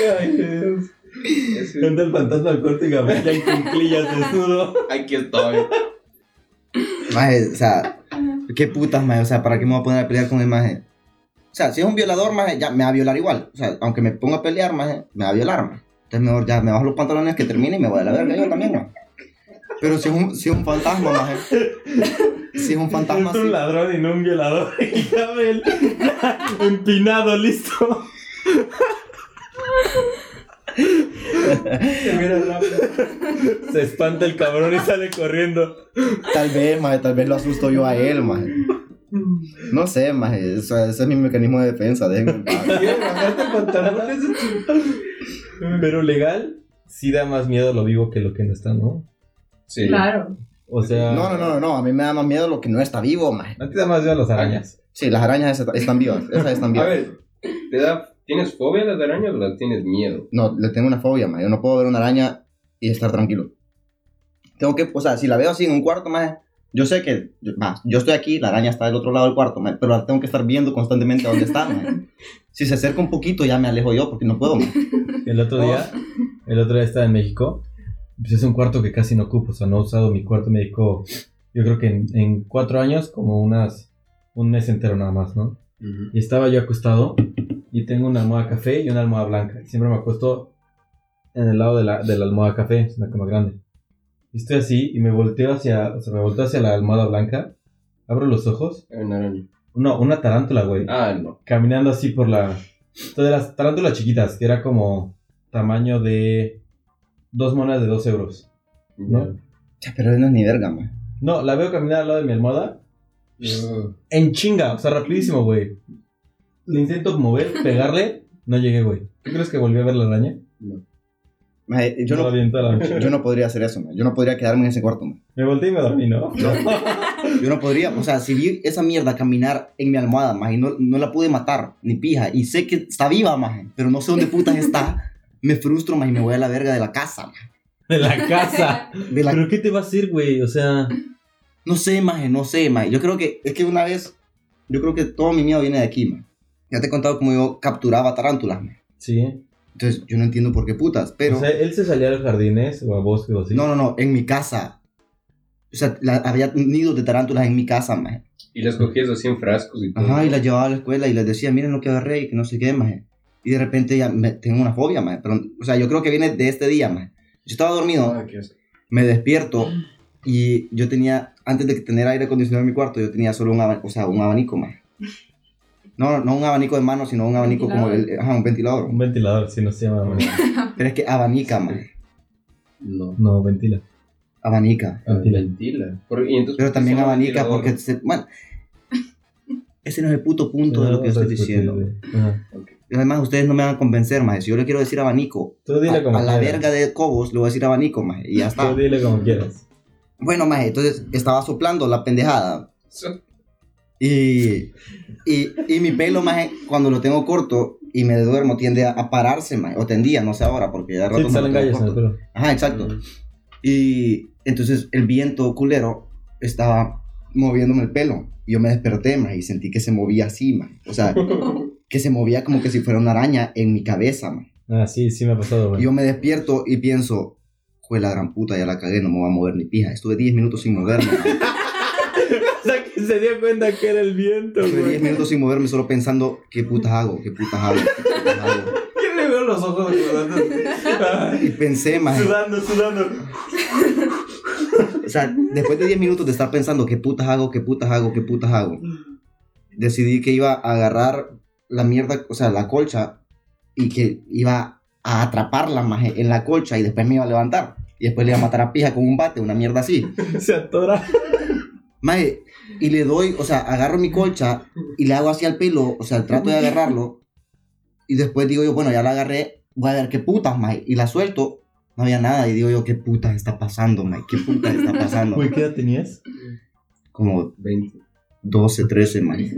Speaker 1: Ay, Dios.
Speaker 3: Ese-
Speaker 1: Anda el fantasma al corte y Gabriel ya en cunclillas desnudo.
Speaker 3: Aquí estoy.
Speaker 2: Maje, o sea, qué putas, maje, o sea, ¿para qué me voy a poner a pelear con el maje? O sea, si es un violador, maje, ya me va a violar igual. O sea, aunque me ponga a pelear, maje, me va a violar, maje. Entonces mejor ya me bajo los pantalones que termine y me voy a la verga yo también, maje. Pero si es un, si es un fantasma, maje. Si es un fantasma
Speaker 1: Es un
Speaker 2: así.
Speaker 1: ladrón y no un violador. Y Gabriel empinado, listo. Se espanta el cabrón y sale corriendo.
Speaker 2: Tal vez, maje, tal vez lo asusto yo a él, maje. No sé, maje, o sea, ese es mi mecanismo de defensa, déjenme en paz.
Speaker 1: Pero legal, sí da más miedo lo vivo que lo que no está, ¿no?
Speaker 3: Sí.
Speaker 4: Claro.
Speaker 1: O sea.
Speaker 2: No, no, no, no, a mí me da más miedo lo que no está vivo, maje.
Speaker 1: A ti da más miedo las arañas.
Speaker 2: Sí, las arañas esas están vivas, esas están
Speaker 3: A
Speaker 2: vivas.
Speaker 3: ver, ¿te da, ¿tienes fobia a las arañas o las tienes miedo?
Speaker 2: No, le tengo una fobia, ma. Yo no puedo ver una araña y estar tranquilo. Tengo que, o sea, si la veo así en un cuarto, ma, yo sé que, ma, yo estoy aquí, la araña está del otro lado del cuarto, ma, pero la tengo que estar viendo constantemente a dónde está, ma. Si se acerca un poquito, ya me alejo yo porque no puedo, ma.
Speaker 1: El otro día, el otro día estaba en México. Pues es un cuarto que casi no ocupo, o sea, no he usado mi cuarto médico. Yo creo que en, en cuatro años, como unas. Un mes entero nada más, ¿no? Y estaba yo acostado y tengo una almohada café y una almohada blanca. Y siempre me acuesto en el lado de la, de la almohada café, es una cama grande. Y estoy así y me volteo hacia, o sea, me volteo hacia la almohada blanca, abro los ojos.
Speaker 3: Hay Una araña.
Speaker 1: No, una tarántula, güey.
Speaker 3: Ah, no.
Speaker 1: Caminando así por la... Todas las tarántulas chiquitas, que era como tamaño de dos monedas de dos euros. No.
Speaker 2: Ya, pero no es ni verga, ma.
Speaker 1: No, la veo caminar al lado de mi almohada.
Speaker 3: Ya.
Speaker 1: En chinga, o sea, rapidísimo, güey. Le intento mover, pegarle, No llegué, güey. ¿Tú crees que volví a ver la araña?
Speaker 2: Maje, yo,
Speaker 1: No la
Speaker 2: no,
Speaker 1: vi en toda la noche.
Speaker 2: yo no podría hacer eso, maje. yo no podría quedarme en ese cuarto. maje.
Speaker 1: Me volteé y me dormí, ¿no?
Speaker 2: Yo no podría, o sea, si vi esa mierda caminar en mi almohada, maje, y no, no la pude matar, ni pija, y sé que está viva, maje, pero no sé dónde putas está, me frustro, maje, y me voy a la verga de la casa, maje.
Speaker 1: De la casa.
Speaker 2: De la-
Speaker 1: ¿Pero qué te va a hacer, güey? O sea,
Speaker 2: No sé, maje, no sé, maje, yo creo que, es que una vez, yo creo que todo mi miedo viene de aquí, maje. Ya te he contado cómo yo capturaba tarántulas, maje.
Speaker 1: sí.
Speaker 2: Entonces, yo no entiendo por qué putas, pero...
Speaker 1: O sea, él se salía a los jardines o a bosques o así.
Speaker 2: No, no, no, en mi casa. O sea, la- había nidos de tarántulas en mi casa, maje.
Speaker 3: Y las cogías así en frascos y todo.
Speaker 2: Ajá, y las llevaba a la escuela y les decía, miren lo que agarré y que no sé qué, maje. Y de repente ya me- tengo una fobia, maje. Pero, o sea, yo creo que viene de este día, maje. Yo estaba dormido,
Speaker 3: Ah, qué asco.
Speaker 2: me despierto y yo tenía, antes de tener aire acondicionado en mi cuarto, yo tenía solo un, aba- o sea, un abanico, maje. No, no un abanico de mano, sino un abanico como el, ajá, un ventilador.
Speaker 1: Un ventilador, si no se llama. güey.
Speaker 2: Pero es que abanica, maje.
Speaker 3: No.
Speaker 1: No, ventila.
Speaker 2: Abanica.
Speaker 3: Ah,
Speaker 1: Ventila.
Speaker 3: Ventila. Por- y entonces,
Speaker 2: Pero también
Speaker 3: se llama
Speaker 2: abanica
Speaker 3: ventilador.
Speaker 2: porque, se, bueno, ese no es el puto punto de lo que yo
Speaker 1: No,
Speaker 2: estoy
Speaker 1: no,
Speaker 2: diciendo.
Speaker 1: sí, sí. Ajá.
Speaker 2: Y Además, ustedes no me van a convencer, maje. Si yo le quiero decir abanico,
Speaker 1: Tú dile como
Speaker 2: a, a la
Speaker 1: quieras.
Speaker 2: verga de Cobos le voy a decir abanico, maje, y ya
Speaker 1: Tú
Speaker 2: está.
Speaker 1: dile como quieras.
Speaker 2: Bueno, maje, entonces estaba soplando la pendejada. Y, y, y mi pelo, maje, cuando lo tengo corto y me duermo, tiende a, a pararse, maje. O tendía, no sé ahora, porque ya de
Speaker 1: Sí, te
Speaker 2: rato me lo
Speaker 1: salen
Speaker 2: tengo
Speaker 1: gallos en el
Speaker 2: corto.
Speaker 1: pelo.
Speaker 2: Ajá, exacto. Y entonces el viento culero estaba moviéndome el pelo. Y Yo me desperté, maje, y sentí que se movía así, maje. O sea, que se movía como que si fuera una araña en mi cabeza, maje.
Speaker 1: Ah, sí, sí me ha pasado,
Speaker 2: Y
Speaker 1: güey.
Speaker 2: Yo me despierto y pienso, fue la gran puta, ya la cagué, no me va a mover ni pija. Estuve 10 minutos sin moverme. man.
Speaker 1: O sea, que se dio cuenta que era el viento,
Speaker 2: Estuve 10 minutos sin moverme solo pensando, ¿qué putas hago? ¿Qué putas hago? ¿Qué putas hago?
Speaker 1: Yo le veo los ojos
Speaker 2: Y pensé, más.
Speaker 1: sudando, sudando.
Speaker 2: O sea, después de 10 minutos de estar pensando, ¿qué putas hago? ¿Qué putas hago? ¿Qué putas hago? Decidí que iba a agarrar la mierda, o sea, la colcha, y que iba a atraparla más en la colcha y después me iba a levantar. Y después le iba a matar a pija con un bate, una mierda así.
Speaker 1: Se atora.
Speaker 2: Mae, y le doy, o sea, agarro mi colcha y le hago así al pelo, o sea, trato de agarrarlo. Y después digo yo, bueno, ya la agarré, voy a ver qué putas, mae. Y la suelto, no había nada. Y digo yo, qué putas está pasando, mae, qué putas está pasando.
Speaker 1: Güey, ¿qué edad tenías?
Speaker 2: Como
Speaker 3: 20.
Speaker 2: 12, 13, mae.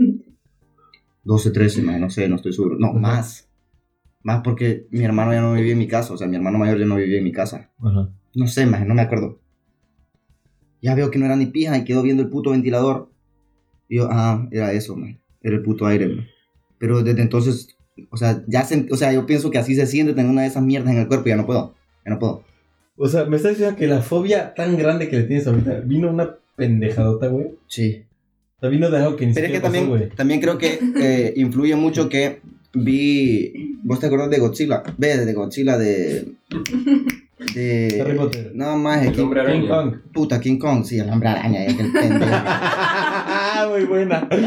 Speaker 2: 12, 13, mae, no sé, no estoy seguro. No, más. Más porque mi hermano ya no vivía en mi casa, o sea, mi hermano mayor ya no vivía en mi casa.
Speaker 1: Ajá.
Speaker 2: No sé, maje, no me acuerdo. Ya veo que no era ni pija y quedo viendo el puto ventilador. Y yo, ah, era eso, maje. Era el puto aire, maje. Pero desde entonces, o sea, ya sent- o sea, yo pienso que así se siente tener una de esas mierdas en el cuerpo y ya no puedo. Ya no puedo.
Speaker 1: O sea, me estás diciendo que la fobia tan grande que le tienes ahorita vino una pendejadota, güey. O
Speaker 2: Sí.
Speaker 1: sea, vino de algo que ni
Speaker 2: Pero es que
Speaker 1: siquiera pasó, güey.
Speaker 2: también, también creo que eh, influye mucho que vi. ¿Vos te acordás de Godzilla? Ve, de Godzilla de. De.
Speaker 1: Harry Potter.
Speaker 2: No, más,
Speaker 3: El hombre
Speaker 1: King
Speaker 3: araña.
Speaker 1: Kong.
Speaker 2: Puta, King Kong. Sí, el hombre araña. es el pendejo.
Speaker 1: Muy Ah, buena.
Speaker 2: King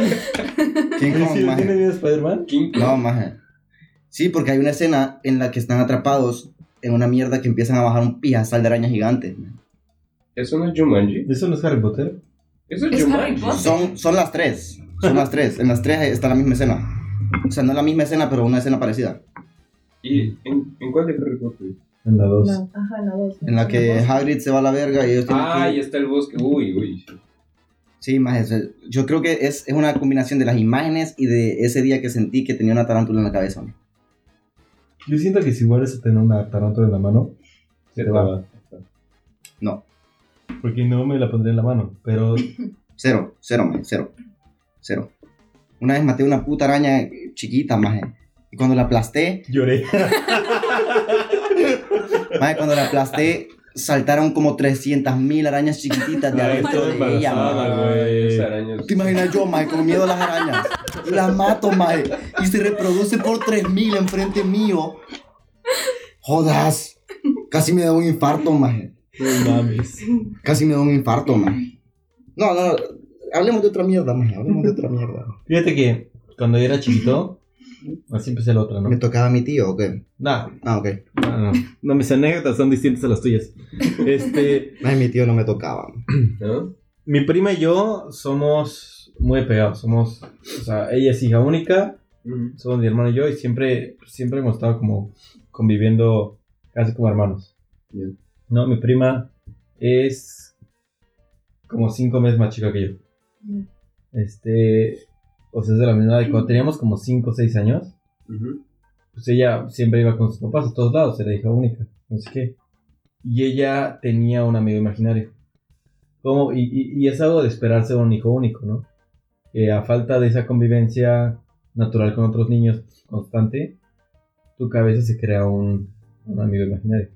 Speaker 1: ¿Y si
Speaker 2: Kong,
Speaker 1: lo
Speaker 2: maje.
Speaker 1: tiene bien Spider-Man?
Speaker 3: King Kong.
Speaker 2: No, maje. Sí, porque hay una escena en la que están atrapados en una mierda que empiezan a bajar un pijazal de araña gigante.
Speaker 3: Eso no es Jumanji.
Speaker 1: ¿Eso no es Harry Potter?
Speaker 3: Eso es,
Speaker 4: Es Harry
Speaker 3: Jumanji.
Speaker 4: Potter.
Speaker 2: Son, son las tres. Son las tres. En las tres está la misma escena. O sea, no es la misma escena, pero una escena parecida.
Speaker 3: ¿Y en, en cuál de Harry Potter?
Speaker 1: En la 2.
Speaker 4: La- ajá, la dos.
Speaker 2: En la que
Speaker 4: dos.
Speaker 2: Hagrid se va a la verga y ellos tienen
Speaker 3: Ah,
Speaker 2: que-
Speaker 3: y está el bosque. Uy, uy.
Speaker 2: Sí, maje. o sea, Yo creo que es, es una combinación de las imágenes y de ese día que sentí que tenía una tarántula en la cabeza. maje.
Speaker 1: Yo siento que si vuelves a tener una tarántula en la mano,
Speaker 3: Se
Speaker 1: te va.
Speaker 3: va.
Speaker 1: Porque no me la pondré en la mano. Pero
Speaker 2: Cero, cero, maje, cero. Cero. Una vez maté una puta araña eh, chiquita, maje. Y cuando la aplasté,
Speaker 1: lloré.
Speaker 2: Mae, cuando la aplasté, saltaron como 300.000 arañas chiquititas de
Speaker 1: Ay,
Speaker 2: adentro
Speaker 1: estoy
Speaker 2: de ella,
Speaker 1: embarazada.
Speaker 2: mae.
Speaker 1: Ah, güey.
Speaker 3: Esas arañas.
Speaker 2: ¿Te imaginas yo, mae, con miedo a las arañas? Las mato, mae, y se reproduce por 3.000 enfrente mío. Jodas, casi me da un infarto, mae.
Speaker 1: No mames.
Speaker 2: Casi me da un infarto, mae. No, no, no, hablemos de otra mierda, mae, hablemos de otra mierda.
Speaker 1: Fíjate que cuando yo era chiquito, así empecé la otra, ¿no?
Speaker 2: ¿Me tocaba a mi tío o qué?
Speaker 1: Nah,
Speaker 2: Ah, ok.
Speaker 1: no, no. No, mis anécdotas son distintas a las tuyas. Este,
Speaker 2: Mae, mi tío no me tocaba.
Speaker 3: ¿No?
Speaker 1: mi prima y yo somos muy pegados. Somos, o sea, ella es hija única
Speaker 3: Ujú.
Speaker 1: Somos mi hermano y yo y siempre, siempre hemos estado como conviviendo casi como hermanos.
Speaker 3: Bien.
Speaker 1: No, mi prima es como cinco meses más chica que yo.
Speaker 4: Ujú.
Speaker 1: Este, o sea, es de la misma edad. y Cuando teníamos como cinco o seis años,
Speaker 3: Ujú.
Speaker 1: pues ella siempre iba con sus papás a todos lados, era hija única, no sé qué. Y ella tenía un amigo imaginario. Como, y, y- y es algo de esperarse de un hijo único, ¿no? Que a falta de esa convivencia natural con otros niños constante, tu cabeza se crea un, un amigo imaginario.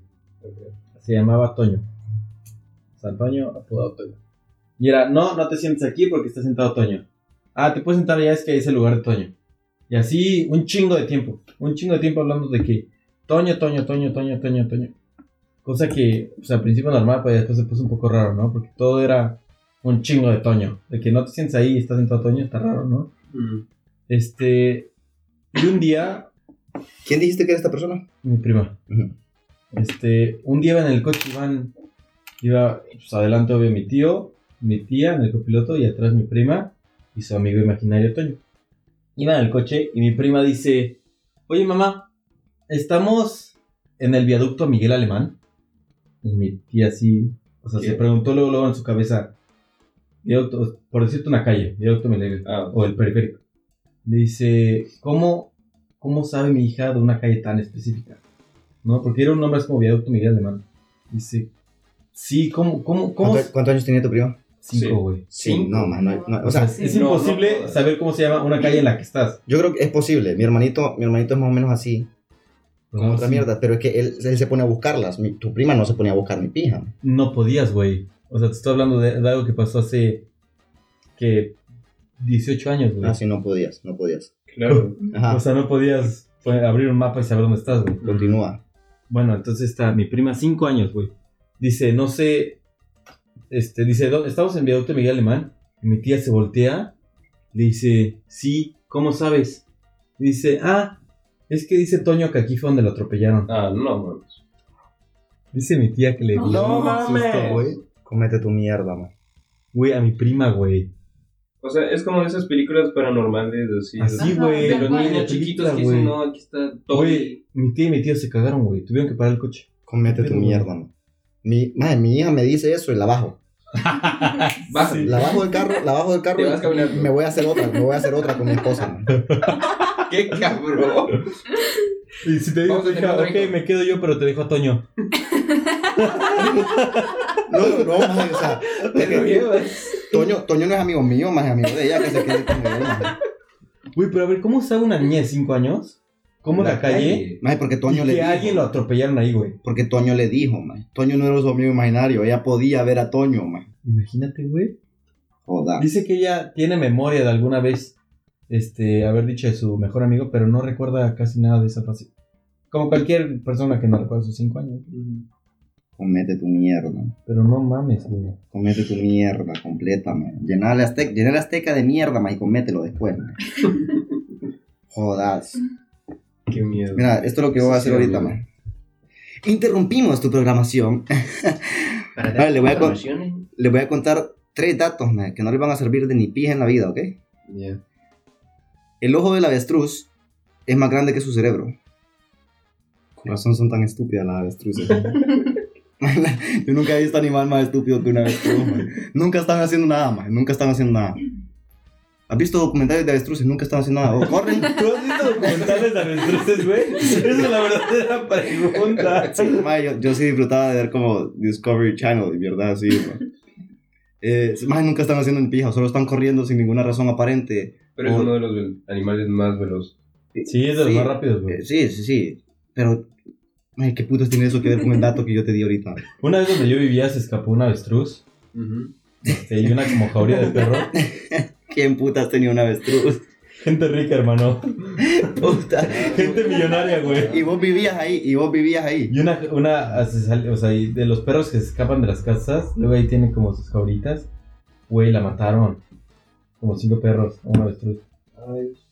Speaker 1: Se llamaba Toño. San Toño, apodado Toño. Y era, no, no te sientes aquí porque está sentado Toño. Ah, te puedes sentar allá, es que ahí es el lugar de Toño. Y así un chingo de tiempo, un chingo de tiempo hablando de que Toño, Toño, Toño, Toño, Toño, Toño. Cosa que pues, al principio normal, pero después se puso un poco raro, ¿no? Porque todo era un chingo de Toño. De que no te sientes ahí, estás sentado Toño, está raro, ¿no?
Speaker 3: Ujú.
Speaker 1: Este. Y un día,
Speaker 2: ¿Quién dijiste que era esta persona?
Speaker 1: mi prima,
Speaker 2: Ujú.
Speaker 1: este, un día iba en el coche, iban, iba, pues adelante obvio mi tío, mi tía en el copiloto y atrás mi prima y su amigo imaginario Toño. Iban en el coche y mi prima dice, oye mamá, estamos en el viaducto Miguel Alemán. Y mi tía así, o sea,
Speaker 3: ¿Qué?
Speaker 1: se preguntó luego, luego en su cabeza, viaducto, por decirte una calle, viaducto Miguel
Speaker 3: Ah,
Speaker 1: o el periférico. Le dice, ¿cómo, ¿cómo sabe mi hija de una calle tan específica? ¿No? Porque era un nombre así como Viaducto Miguel Alemán. Dice, sí, ¿cómo? ¿Cómo? cómo
Speaker 2: ¿Cuánto- ¿Cuántos años tenía tu primo?
Speaker 3: Sí.
Speaker 1: Cinco, güey.
Speaker 2: Sí, no, man, no hay- no-
Speaker 1: O
Speaker 2: o
Speaker 1: sea,
Speaker 2: sea,
Speaker 1: es
Speaker 3: no,
Speaker 1: imposible
Speaker 3: no, no.
Speaker 1: saber cómo se llama una calle en la que estás.
Speaker 2: yo creo que es posible. Mi hermanito, mi hermanito es más o menos así, con
Speaker 1: No,
Speaker 2: otra
Speaker 1: sí.
Speaker 2: mierda, pero es que él, él se pone a buscarlas. Mi- tu prima no se ponía a buscar mi pija.
Speaker 1: No podías, güey. O sea, te estoy hablando de, de algo que pasó hace, que, 18 años, güey.
Speaker 2: Así Ah, no podías, no podías.
Speaker 3: claro.
Speaker 1: O
Speaker 2: Ajá,
Speaker 1: sea, no podías poner- abrir un mapa y saber dónde estás, güey.
Speaker 2: continúa.
Speaker 1: Bueno, entonces está mi prima, cinco años, güey. Dice, no sé. Este, dice, "Do- estamos en viaducto Miguel Alemán. Y mi tía se voltea. Le dice, sí, ¿cómo sabes? Dice, ah, es que dice Toño que aquí fue donde lo atropellaron.
Speaker 3: Ah, no, mames.
Speaker 1: Dice mi tía que le dio
Speaker 4: No
Speaker 1: un susto, güey.
Speaker 2: Comete tu mierda, man.
Speaker 1: Güey, a mi prima, güey.
Speaker 3: O sea, es como esas películas paranormales así.
Speaker 1: Así,
Speaker 4: Ajá,
Speaker 1: güey.
Speaker 3: de los
Speaker 4: Ajá,
Speaker 3: niños
Speaker 1: la
Speaker 3: chiquitos
Speaker 1: película,
Speaker 3: que dicen,
Speaker 1: güey.
Speaker 3: no, aquí está
Speaker 1: Güey,
Speaker 3: Toby.
Speaker 1: mi tía y mi tío se cagaron, güey. Tuvieron que parar el coche.
Speaker 2: Comete tu
Speaker 1: Pero-
Speaker 2: mierda, man. Mi, madre, mi hija me dice eso y la bajo.
Speaker 3: Baja.
Speaker 2: La bajo del carro, la bajo del carro
Speaker 3: Te vas
Speaker 2: y
Speaker 3: caminando.
Speaker 2: me voy a hacer otra, me voy a hacer otra con mi esposa, man.
Speaker 3: ¡Qué cabrón!
Speaker 1: Y si te digo,
Speaker 3: Vamos a
Speaker 1: tu hija,
Speaker 3: tener
Speaker 1: ok,
Speaker 3: otro hijo".
Speaker 1: me quedo yo, pero te dejo a Toño.
Speaker 2: No, no, no, maje, o sea, es
Speaker 3: Te lo
Speaker 2: que
Speaker 3: llevas.
Speaker 2: Toño, Toño no es amigo mío, más es amigo de ella que se quede con él, maje.
Speaker 1: Güey, pero a ver, ¿cómo sabe una niña de cinco años? ¿Cómo la,
Speaker 2: La
Speaker 1: calle?
Speaker 2: Maje, porque Toño
Speaker 1: y
Speaker 2: le
Speaker 1: que
Speaker 2: dijo.
Speaker 1: a alguien lo atropellaron ahí, güey.
Speaker 2: Porque Toño le dijo, maje. Toño no era su amigo imaginario, ella podía ver a Toño, maje.
Speaker 1: Imagínate, güey.
Speaker 2: Joda.
Speaker 1: Dice que ella tiene memoria de alguna vez este, haber dicho de su mejor amigo, pero no recuerda casi nada de esa fase. Como cualquier persona que no recuerda sus cinco años.
Speaker 2: Comete tu mierda.
Speaker 1: Pero no mames, güey.
Speaker 2: Comete tu mierda completa, man. Llenar la azteca, llenar la azteca de mierda, man, y comételo después, man. Jodas.
Speaker 3: ¡Qué miedo!
Speaker 2: Mira, esto es lo que voy a hacer
Speaker 3: Sí,
Speaker 2: ahorita,
Speaker 3: amigo.
Speaker 2: man. Interrumpimos tu programación.
Speaker 3: Para
Speaker 2: Vale, le voy a con-
Speaker 3: informaciones.
Speaker 2: Les voy a contar tres datos, man, que no les van a servir de ni pija en la vida, ¿ok?
Speaker 3: Ya.
Speaker 2: El ojo del avestruz es más grande que su cerebro. Con razón son tan estúpidas las avestruces. Yo nunca he visto animal más estúpido que una avestruz. man. Nunca están haciendo nada, man. Nunca están haciendo nada. ¿Has visto documentales de avestruces? Nunca están haciendo nada. O corren.
Speaker 1: ¿Tú has visto documentales de avestruces, güey? Esa es la verdadera pregunta.
Speaker 2: Ma, yo, yo sí disfrutaba de ver como Discovery Channel y verdad así. ma. Eh, ma, nunca están haciendo en pija. Solo están corriendo sin ninguna razón aparente.
Speaker 3: Pero es uno de los vel- animales más veloces.
Speaker 1: Sí, es de los
Speaker 2: Sí.
Speaker 1: más rápidos, güey.
Speaker 2: Eh, sí, sí, sí. Pero, ay, ¿qué putas tiene eso que ver con el dato que yo te di ahorita?
Speaker 1: Una vez donde yo vivía se escapó un avestruz. Este, y una como jauría de perro.
Speaker 2: ¿Quién putas tenía un avestruz?
Speaker 1: Gente rica, hermano.
Speaker 2: Puta.
Speaker 1: Gente millonaria, güey.
Speaker 2: Y vos vivías ahí, y vos vivías ahí.
Speaker 1: Y una, una se sale- o sea, y de los perros que se escapan de las casas, luego ahí tienen como sus jauritas. Güey, la mataron. Como cinco perros, a una avestruz.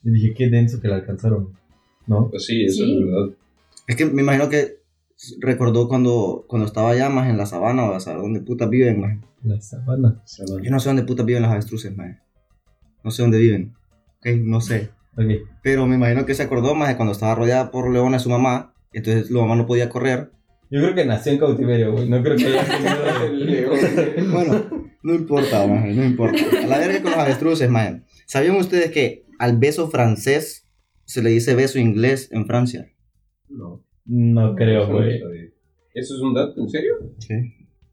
Speaker 1: Y dije, qué denso que la alcanzaron. ¿No?
Speaker 3: Pues sí, eso
Speaker 4: Sí.
Speaker 3: es verdad.
Speaker 2: Es que me imagino que recordó cuando, cuando estaba allá más en la sabana o a saber dónde putas viven, más.
Speaker 1: La sabana.
Speaker 3: Sabana.
Speaker 2: Yo no sé dónde putas viven las avestruces, más. No sé dónde viven. Ok, no sé.
Speaker 1: Ok.
Speaker 2: Pero me imagino que se acordó más de cuando estaba rodeada por leones su mamá. Entonces la mamá no podía correr.
Speaker 1: Yo creo que nació en cautiverio, güey. No creo que haya tenido el león.
Speaker 2: Bueno, no importa, maje, no importa. A la verga con los avestruces, maje. ¿Sabían ustedes que al beso francés se le dice beso inglés en Francia?
Speaker 3: No.
Speaker 1: No creo,
Speaker 3: Eso no
Speaker 1: güey.
Speaker 3: sabía. ¿Eso es un dato? ¿En serio?
Speaker 2: Sí.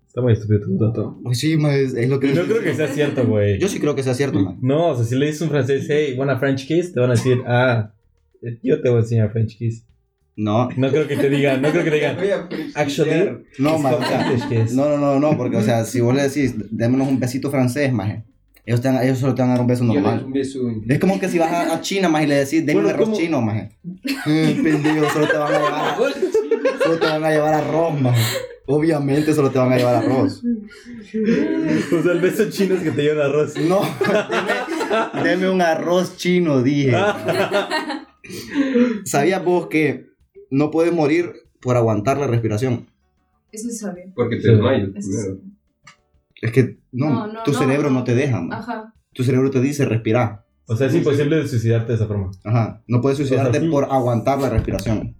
Speaker 1: Está muy estúpido tu dato.
Speaker 2: Pues sí, maje, es, es lo que...
Speaker 1: No creo que sea cierto, güey.
Speaker 2: Yo sí creo que sea cierto, maje.
Speaker 1: No, o sea, si le dices a un francés, hey, wanna French kiss, te van a decir, ah, yo te voy a enseñar French kiss.
Speaker 2: No,
Speaker 1: No creo que te digan, no creo que te digan, actually,
Speaker 2: no,
Speaker 1: it's
Speaker 2: maje.
Speaker 1: called
Speaker 2: o sea,
Speaker 1: English kiss.
Speaker 2: No, no, no, no, porque, o sea, si vos le decís, démonos un besito francés, maje. Ellos, te van- ellos solo te van a dar un beso normal.
Speaker 3: un beso.
Speaker 2: Es como que si vas a, a China, maje, y le decís, déjame
Speaker 1: Bueno,
Speaker 2: arroz
Speaker 1: ¿cómo?
Speaker 2: chino, maje. Mm, pendejo, solo te van a llevar, solo te van a llevar arroz, maje. Obviamente solo te van a llevar arroz.
Speaker 1: O sea, el beso chino es que te llevan arroz.
Speaker 2: No, deme, deme un arroz chino, dije. ¿Sabías vos que no puedes morir por aguantar la respiración?
Speaker 4: Eso sí sabía.
Speaker 3: Porque te
Speaker 1: Sí.
Speaker 3: desmayas
Speaker 4: Eso
Speaker 3: primero.
Speaker 4: sí.
Speaker 2: Es que no,
Speaker 4: No, no,
Speaker 2: tu
Speaker 4: no,
Speaker 2: cerebro no,
Speaker 4: no.
Speaker 2: te deja, maje.
Speaker 4: Ajá.
Speaker 2: tu cerebro te dice respirar.
Speaker 1: O sea, es imposible de suicidarte de esa forma.
Speaker 2: Ajá, no puedes
Speaker 1: O
Speaker 2: suicidarte
Speaker 1: sea, sí.
Speaker 2: por aguantar la respiración.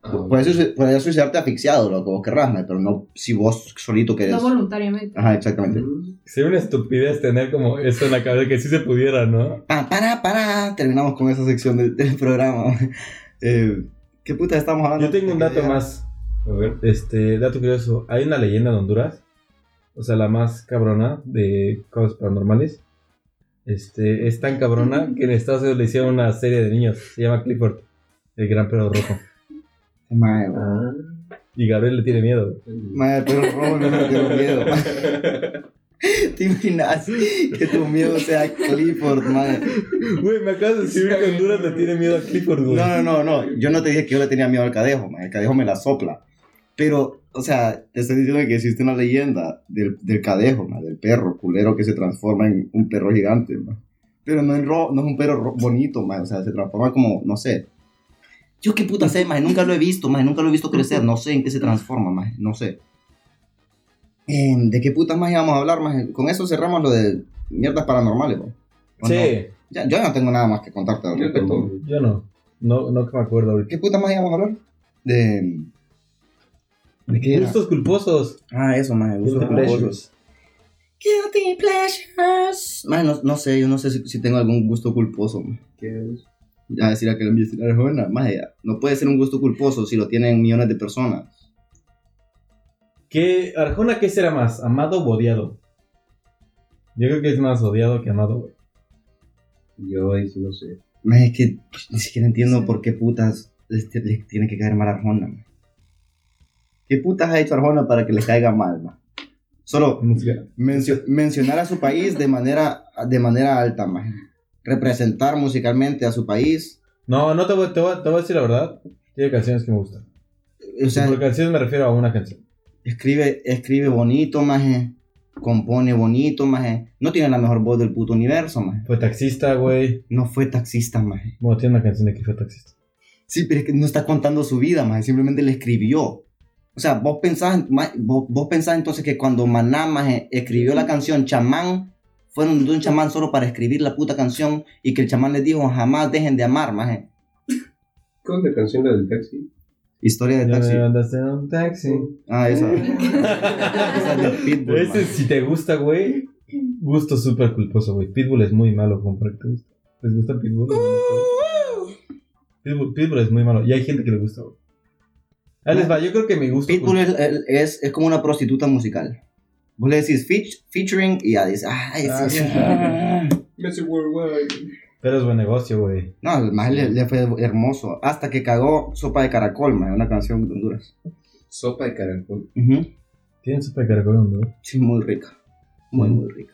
Speaker 3: Ah,
Speaker 2: Puedes, suici- puedes suicidarte asfixiado, lo que vos querrás, mae, pero no si vos solito querés.
Speaker 4: No voluntariamente.
Speaker 2: Ajá, exactamente.
Speaker 1: Sería una estupidez tener como eso en la cabeza que sí se pudiera, ¿no?
Speaker 2: Pa, para, para, terminamos con esa sección del, del programa. Eh, ¿Qué puta estamos hablando?
Speaker 1: Yo tengo un dato más.
Speaker 3: A ver.
Speaker 1: Este, dato curioso, hay una leyenda en Honduras, o sea, la más cabrona de cosas paranormales. Este, es tan cabrona que en Estados Unidos le hicieron una serie de niños, se llama Clifford, el gran perro rojo.
Speaker 2: Mae, mae,
Speaker 3: Ah.
Speaker 1: Y Gabriel le tiene miedo.
Speaker 2: Mae, pero Robo no me dio miedo. mae. ¿Te imaginas que tu miedo sea Clifford, mae?
Speaker 1: Güey, me acabas de decir que Honduras le tiene miedo a Clifford, güey.
Speaker 2: No, no, no, no. Yo no te dije que yo le tenía miedo al cadejo, man. El cadejo me la sopla. Pero, o sea, te estoy diciendo que existe una leyenda del, del cadejo, man, del perro culero que se transforma en un perro gigante, man. Pero no, en ro- no es un perro ro- bonito, man. O sea, se transforma como, no sé. Yo qué puta sé, man. Nunca lo he visto, man. Nunca lo he visto crecer. No sé en qué se transforma, man. No sé. Eh, ¿De qué puta más íbamos a hablar, man? Con eso cerramos lo de mierdas paranormales, man. ¿O no?
Speaker 1: Sí,
Speaker 2: Ya- yo no tengo nada más que contarte. al
Speaker 3: Yo
Speaker 2: respecto.
Speaker 3: tampoco.
Speaker 1: yo no. No, no que me acuerdo ahorita.
Speaker 2: ¿Qué puta más íbamos a hablar? De. ¿De qué era?
Speaker 1: Gustos culposos.
Speaker 2: Ah, eso, más
Speaker 1: Guilty pleasures.
Speaker 2: Guilty pleasures. Maje, no, no sé, yo no sé si, si tengo algún gusto culposo. maje.
Speaker 3: ¿Qué es?
Speaker 2: Ya decir a que la investigar es buena. Maje, no puede ser un gusto culposo si lo tienen millones de personas.
Speaker 1: ¿Qué, Arjona, qué será más? ¿Amado o odiado? Yo creo que es más odiado que amado, güey.
Speaker 3: Yo ahí sí no sé.
Speaker 2: Maje, es que pues, ni siquiera entiendo
Speaker 4: Sí.
Speaker 2: por qué putas les, ti- les tiene que caer mal a Arjona. maje. ¿Qué putas ha hecho Arjona para que le caiga mal, maje? Solo
Speaker 1: Música.
Speaker 2: Mencio- mencionar a su país de manera, de manera alta, maje. Representar musicalmente a su país.
Speaker 1: No, no te voy, te, voy, te voy a decir la verdad. Tiene canciones que me gustan.
Speaker 2: O sea,
Speaker 1: Por canciones me refiero a una canción.
Speaker 2: escribe, escribe bonito, maje. Compone bonito, maje. No tiene la mejor voz del puto universo, maje.
Speaker 1: Fue taxista, güey.
Speaker 2: No fue taxista, maje.
Speaker 1: Bueno, tiene una canción de que fue taxista.
Speaker 2: Sí, pero es que no está contando su vida, maje. Simplemente le escribió. O sea, vos pensás, ma- vos, vos pensás entonces que cuando Maná, maje, escribió la canción Chamán, fueron de un chamán solo para escribir la puta canción y que el chamán les dijo jamás dejen de amar, maje.
Speaker 3: ¿Qué es la canción la del taxi?
Speaker 2: Historia de
Speaker 1: Ya
Speaker 2: taxi.
Speaker 1: me mandaste a un taxi.
Speaker 2: Ah, esa. esa de Pitbull.
Speaker 1: Ese,
Speaker 2: man.
Speaker 1: si te gusta, güey. Gusto súper culposo, güey. Pitbull es muy malo, compa. ¿Te gusta? ¿Les gusta Pitbull? Pitbull, Pitbull es muy malo. Y hay gente que le gusta, güey. Ahí les va. Yo creo que mi gusto.
Speaker 2: Pitbull es, es, es como una prostituta musical. Vos le decís feat- featuring y ya dice, ah, es-
Speaker 1: Ah,
Speaker 2: es-
Speaker 1: sí.
Speaker 2: ah".
Speaker 3: Messi Worldwide.
Speaker 1: Pero es buen negocio, güey.
Speaker 2: No, el más le, le fue hermoso. Hasta que cagó Sopa de Caracol, man, una canción de Honduras.
Speaker 3: Sopa de caracol.
Speaker 2: Ujú.
Speaker 1: Tienen súper cargón, güey.
Speaker 2: Sí, muy rica. Muy, muy rica.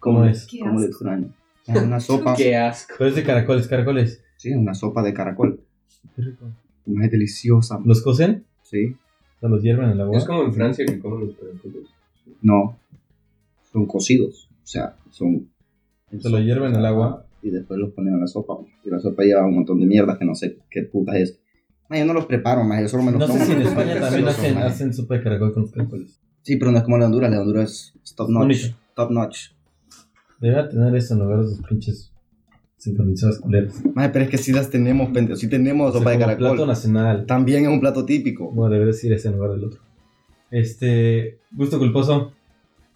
Speaker 1: ¿Cómo es?
Speaker 4: Qué
Speaker 2: Como lo
Speaker 4: asco.
Speaker 2: extraño. Es una sopa.
Speaker 3: asco.
Speaker 1: Pero es de caracoles, caracoles.
Speaker 2: Sí, una sopa de caracol. Más es deliciosa. man.
Speaker 1: ¿Los cocen?
Speaker 2: Sí.
Speaker 1: O sea, los hierven en la
Speaker 3: Es
Speaker 1: agua.
Speaker 3: como en Francia que comen los caracoles.
Speaker 2: No. Son cocidos. O sea, son.
Speaker 1: Se lo hierven en el agua.
Speaker 2: Y después los ponen en la sopa. man. Y la sopa lleva un montón de mierdas que no sé qué putas es. Man, yo no los preparo, man, yo solo me los
Speaker 1: No
Speaker 2: como.
Speaker 1: sé si en España
Speaker 2: Son
Speaker 1: también
Speaker 2: deliciosos,
Speaker 1: hacen,
Speaker 2: man.
Speaker 1: hacen súper caracol con los caracoles.
Speaker 2: Sí, pero no es como la de Honduras. La de Honduras es top notch.
Speaker 1: Bonito.
Speaker 2: Top notch.
Speaker 1: Debería tener eso en lugar de esos pinches Sintonizadas culeras.
Speaker 2: Maje, pero es que sí las tenemos, pendejo. Sí tenemos
Speaker 1: O sea,
Speaker 2: sopa de
Speaker 1: como
Speaker 2: caracol.
Speaker 1: plato nacional.
Speaker 2: También es un plato típico.
Speaker 1: Bueno, debería decir ese en lugar del otro. Este, gusto culposo.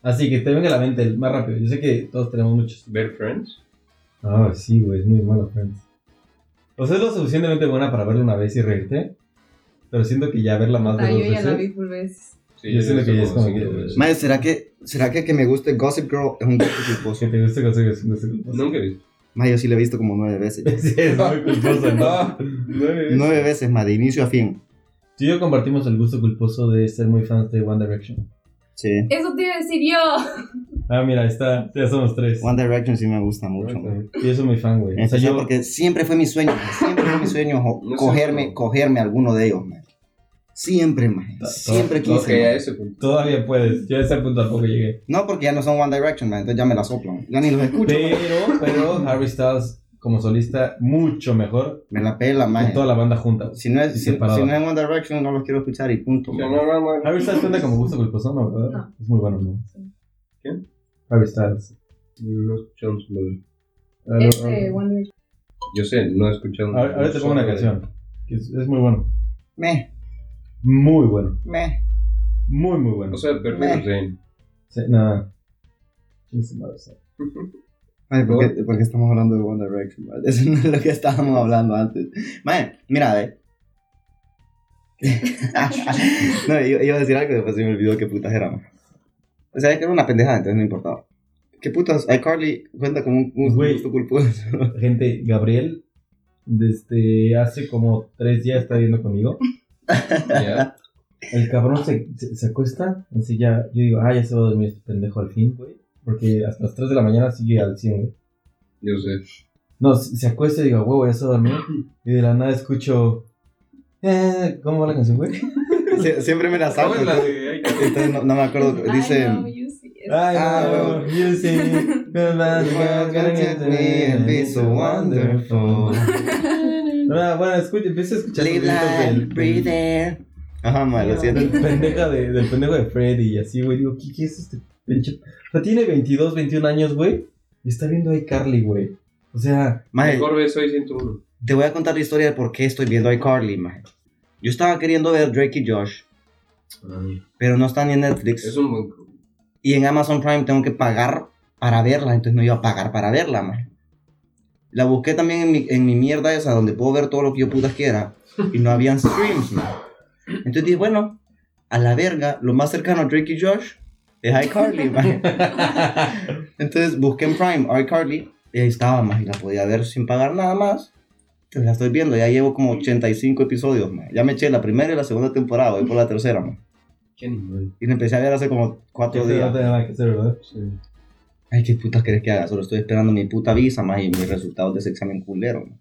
Speaker 1: Así que te venga a la mente el más rápido. Yo sé que todos tenemos muchos.
Speaker 3: Ver Friends.
Speaker 1: Ah, sí, güey, es muy mala Friends. O sea, es lo suficientemente buena para verla una vez y reírte. Pero siento que ya verla más de
Speaker 4: Puta,
Speaker 1: dos
Speaker 4: yo ya la
Speaker 1: veces.
Speaker 4: vi full veces.
Speaker 3: Sí,
Speaker 1: Yo siento que ya es como
Speaker 3: cinco
Speaker 1: que-
Speaker 3: veces.
Speaker 2: Maje, ¿será que, ¿será que que me guste Gossip Girl es un gusto
Speaker 1: Que
Speaker 2: culposo?
Speaker 1: te guste conseguir es un gusto culposo.
Speaker 3: Nunca he visto.
Speaker 2: Maje, yo sí lo he visto como nueve veces. ya.
Speaker 1: Sí, es muy culposo, ¿no?
Speaker 2: nueve veces, más de inicio a fin.
Speaker 1: Tú y yo compartimos el gusto culposo de ser muy fans de One Direction.
Speaker 2: Sí.
Speaker 4: Eso te iba a decir yo.
Speaker 1: Ah, mira, ahí está. Ya somos tres.
Speaker 2: One Direction sí me gusta mucho. maje.
Speaker 1: Y yo soy muy fan, güey. O sea,
Speaker 2: Empezar
Speaker 1: yo,
Speaker 2: porque siempre fue mi sueño, maje, siempre fue mi sueño jo-
Speaker 3: No sé,
Speaker 2: cogerme,
Speaker 3: no.
Speaker 2: cogerme alguno de ellos, maje. Siempre, maje.
Speaker 1: Ta-
Speaker 2: Siempre
Speaker 3: Ok,
Speaker 2: quise.
Speaker 3: a
Speaker 2: maje.
Speaker 3: ese punto.
Speaker 1: todavía puedes. Yo a ese punto tampoco llegué.
Speaker 2: No, porque ya no son One Direction, maje, entonces ya me la soplan. Ya ni los escucho. maje.
Speaker 1: Pero, pero Harry Styles como solista, mucho mejor.
Speaker 2: Me la pela, maje.
Speaker 1: Con toda la banda junta. güey.
Speaker 2: Si no es,
Speaker 1: Y
Speaker 2: si, si
Speaker 1: separado.
Speaker 2: no es One Direction, no los quiero escuchar y punto.
Speaker 3: O sea,
Speaker 2: maje.
Speaker 3: no, no, no.
Speaker 1: Harry Styles cuenta como gusto culposo, ¿no? ¿verdad?
Speaker 4: No.
Speaker 1: Es muy bueno, ¿no?
Speaker 4: Sí.
Speaker 3: ¿Quién?
Speaker 1: Harry Styles.
Speaker 3: No escuchamos lo de-
Speaker 1: Ah, no, ah,
Speaker 4: Este, One Direction.
Speaker 3: Yo sé, no he escuchado.
Speaker 1: no. Ahora, ahora te pongo una canción. que es, es muy bueno.
Speaker 2: Meh,
Speaker 1: Muy bueno.
Speaker 2: meh.
Speaker 1: Muy, muy bueno.
Speaker 3: O sea, Perfect Rain.
Speaker 1: Sí, nada. Chingue su madre, o sea.
Speaker 2: Ay, ¿por qué, por qué estamos hablando de One Direction? man? Eso no es lo que estábamos hablando antes. Man, mira, eh. no, yo iba a decir algo, después se me olvidó qué putas era. man. O sea, es que era una pendejada, entonces no importaba. ¿Qué putas? iCarly cuenta como un, un
Speaker 1: Güey.
Speaker 2: gusto culposo.
Speaker 1: Gente, Gabriel, desde hace como tres días está viendo conmigo.
Speaker 3: Ya.
Speaker 1: El cabrón se, se, se acuesta, así ya, yo digo, ah, ya se va a dormir este pendejo al fin, güey. Porque hasta las 3 de la mañana sigue al 100, güey.
Speaker 3: Yo sé.
Speaker 1: No, se se acuesta y digo, huevo, ya se va a dormir. Y de la nada escucho, eh, ¿cómo va la canción, güey?
Speaker 2: Sie- siempre me la salto.
Speaker 3: ¿Sabes la de ay, que-
Speaker 2: Entonces no, no me acuerdo. Dice.
Speaker 4: I know you see it.
Speaker 1: Ay,
Speaker 2: Ah,
Speaker 1: no,
Speaker 2: huevo.
Speaker 1: music. no, no,
Speaker 2: "You are gonna take me and be so wonderful".
Speaker 1: No, Ah, bueno, escucha, empieza a escuchar los
Speaker 2: Live
Speaker 1: gritos
Speaker 2: life,
Speaker 1: del,
Speaker 2: breathe
Speaker 1: del,
Speaker 2: air. Ajá, man, lo siento.
Speaker 1: del pendeja de, del pendejo de Freddy y así, güey. Digo, ¿qué, qué es este pinche? O sea, tiene 22, 21 años, güey. Y está viendo ahí Carly, güey. O sea,
Speaker 2: Maje,
Speaker 3: Mejor beso hoy 101.
Speaker 2: Te voy a contar la historia de por qué estoy viendo a iCarly, maje. Yo estaba queriendo ver Drake y Josh, pero no están ni en Netflix.
Speaker 3: Es un buen.
Speaker 2: Y en Amazon Prime tengo que pagar para verla, entonces no iba a pagar para verla, maje. La busqué también en mi, en mi mierda esa, donde puedo ver todo lo que yo putas quiera. Y no habían streams, maje. Entonces dije, bueno, a la verga, lo más cercano a Drake y Josh es iCarly, maje. Entonces busqué en Prime iCarly y ahí estaba, más y la podía ver sin pagar nada más. Entonces la estoy viendo, ya llevo como 85 episodios, más. Ya me eché la primera y la segunda temporada, voy por la tercera, más.
Speaker 3: Qué animal.
Speaker 2: Y la empecé a ver hace como cuatro
Speaker 1: Ese No
Speaker 2: días.
Speaker 1: tenía nada que hacer, ¿verdad?
Speaker 3: Sí.
Speaker 2: Ay, qué putas querés que haga, solo estoy esperando mi puta visa, más y mis resultados de ese examen culero, ma.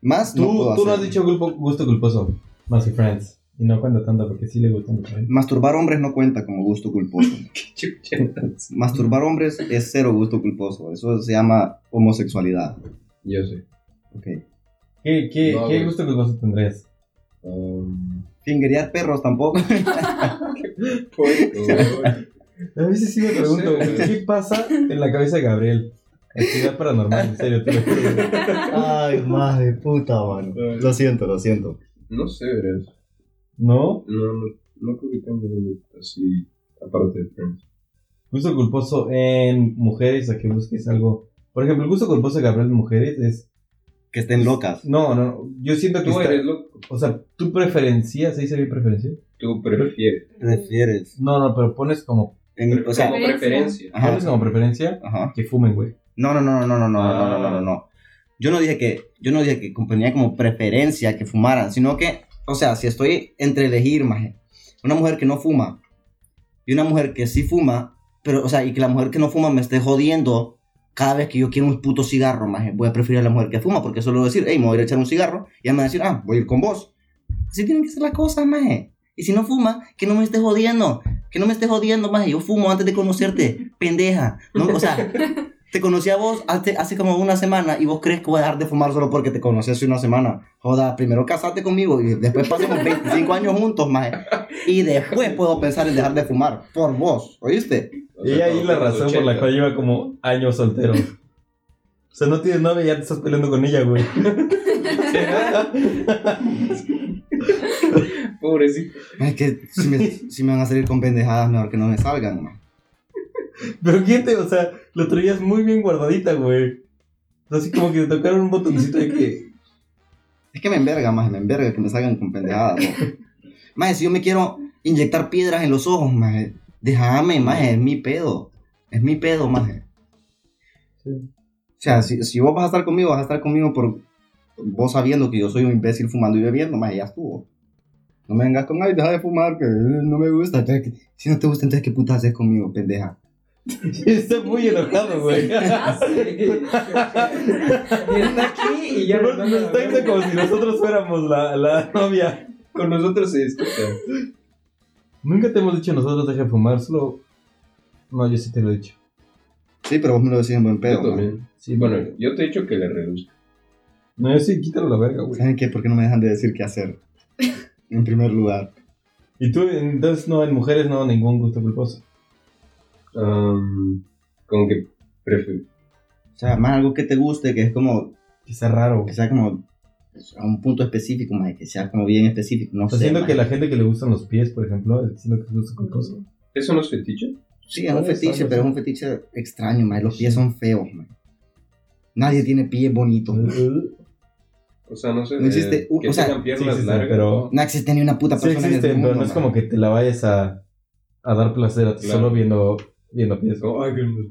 Speaker 2: Más
Speaker 1: Tú,
Speaker 2: no puedo
Speaker 1: tú no has
Speaker 2: hacer.
Speaker 1: dicho culpo- gusto culposo, más que Friends. Y no cuenta tanto porque sí le gusta mucho. ¿eh?
Speaker 2: Masturbar hombres no cuenta como gusto culposo.
Speaker 3: Qué chucha.
Speaker 2: Masturbar hombres es cero gusto culposo. Eso se llama homosexualidad.
Speaker 3: Yo sé.
Speaker 2: Ok.
Speaker 1: ¿Qué, qué,
Speaker 3: No,
Speaker 1: qué
Speaker 3: güey.
Speaker 1: gusto culposo tendrías?
Speaker 3: Um,
Speaker 2: Fingerear perros tampoco.
Speaker 3: poético, güey.
Speaker 1: A veces sí me
Speaker 3: No
Speaker 1: pregunto,
Speaker 3: sé, güey.
Speaker 1: ¿qué pasa en la cabeza de Gabriel? Actividad paranormal, en serio, te lo juro.
Speaker 2: Ay, madre puta, mano. Lo siento, lo siento.
Speaker 3: No sé, verás.
Speaker 1: ¿No?
Speaker 3: No, no, no creo que tenga algo así. Aparte de Friends.
Speaker 1: Gusto culposo en mujeres, a que busques algo. Por ejemplo, el gusto culposo de Gabriel en mujeres es...
Speaker 2: Que estén locas.
Speaker 1: No, no, yo siento que...
Speaker 3: Tú
Speaker 1: está-
Speaker 3: eres loco.
Speaker 1: o sea, ¿tú preferencias? ¿Se dice bien preferencia?
Speaker 3: Tú prefieres.
Speaker 2: Prefieres.
Speaker 1: No, no, pero pones como,
Speaker 2: En- o sea,
Speaker 3: como preferencia.
Speaker 2: ajá,
Speaker 1: pones como preferencia
Speaker 2: ajá.
Speaker 1: que fumen, güey.
Speaker 2: No, no, no, no, no, no, no, no, no, no,
Speaker 3: Ah.
Speaker 2: no. Yo no dije que, yo no dije que compañía como preferencia que fumaran, sino que, o sea, si estoy entre elegir, maje, una mujer que no fuma y una mujer que sí fuma, pero, o sea, y que la mujer que no fuma me esté jodiendo cada vez que yo quiero un puto cigarro, maje, voy a preferir a la mujer que fuma, porque solo decir, hey, me voy a ir a echar un cigarro, y ella me va a decir, ah, voy a ir con vos. Así tienen que ser las cosas, maje. Y si no fuma, que no me esté jodiendo, que no me esté jodiendo, maje, yo fumo antes de conocerte, pendeja, ¿no? O sea... Te conocí a vos hace, hace como una semana y vos crees que voy a dejar de fumar solo porque te conocí hace una semana. Joda, primero casate conmigo y después pasemos 25 años juntos, maje. Y después puedo pensar en dejar de fumar por vos, ¿oíste?
Speaker 3: O sea,
Speaker 1: Y ahí
Speaker 3: como
Speaker 1: la razón por la
Speaker 3: 80.
Speaker 1: cual lleva como años soltero. sea, no tienes novia y ya te estás peleando con ella, güey.
Speaker 3: Pobrecito.
Speaker 2: Es que si me, si me van a salir con pendejadas, mejor que no me salgan, ma.
Speaker 1: Pero quién te, o sea, lo traías muy bien guardadita, güey. Así como que te tocaron un botoncito de que.
Speaker 2: Es que me enverga, más, me enverga que me salgan con pendejadas. ¿no? Maje, si yo me quiero inyectar piedras en los ojos, maje, déjame, maje, es mi pedo. Es mi pedo, maje.
Speaker 1: Sí.
Speaker 2: O sea, si, si vos vas a estar conmigo, vas a estar conmigo por vos sabiendo que yo soy un imbécil fumando y bebiendo, maje, ya estuvo. No me vengas con, ay, deja de fumar, que eh, no me gusta. Entonces, que- si no te gusta, entonces, ¿qué putas haces conmigo, pendeja?
Speaker 1: Estás muy enojado, güey.
Speaker 4: Ah, sí.
Speaker 3: está aquí y ya
Speaker 1: Nos nos está diciendo como si nosotros fuéramos la, la novia.
Speaker 3: Con nosotros se disculpa.
Speaker 1: Nunca te hemos dicho nosotros deja de fumar, solo. No, yo sí te lo he dicho.
Speaker 2: Sí, pero vos me lo decís en buen
Speaker 3: Yo
Speaker 2: pedo, maje.
Speaker 3: también.
Speaker 1: Sí,
Speaker 3: Bueno, yo te he dicho que le reduzca.
Speaker 1: No, yo sí, quítalo a la verga, güey.
Speaker 2: Pues, ¿Saben qué? ¿Por qué no me dejan de decir qué hacer? En primer lugar.
Speaker 1: Y tú, entonces, no, en mujeres no, ningún gusto culposo.
Speaker 3: Am, como que prefiero.
Speaker 2: O sea, más algo que te guste, que es como
Speaker 1: Que sea raro,
Speaker 2: que
Speaker 1: güey.
Speaker 2: sea como pues, a un punto específico, mae, que sea como bien específico, no
Speaker 1: Estás
Speaker 2: sé.
Speaker 1: diciendo
Speaker 2: mae.
Speaker 1: Pues que la gente que le gustan los pies, por ejemplo, está diciendo que es gusto culposo.
Speaker 3: ¿Eso no es fetiche?
Speaker 2: Sí, es un
Speaker 1: Puede ser,
Speaker 2: fetiche,
Speaker 1: no
Speaker 2: pero es
Speaker 1: sé.
Speaker 2: un fetiche extraño, mae, los pies son feos, mae. Nadie tiene pies bonitos. mae.
Speaker 3: O sea, no sé.
Speaker 2: No existe
Speaker 3: eh,
Speaker 2: un-
Speaker 3: que
Speaker 2: o sea,
Speaker 3: tengan
Speaker 1: Sí
Speaker 3: piernas
Speaker 1: existen,
Speaker 3: largas.
Speaker 1: pero.
Speaker 2: No existe ni una puta
Speaker 1: Sí
Speaker 2: persona en el
Speaker 1: existen,
Speaker 2: mundo.
Speaker 1: pero no es
Speaker 2: mae.
Speaker 1: como que te la vayas a, a dar placer a ti
Speaker 3: Claro.
Speaker 1: solo viendo, viendo pies.
Speaker 3: Como, ay, qué lindo.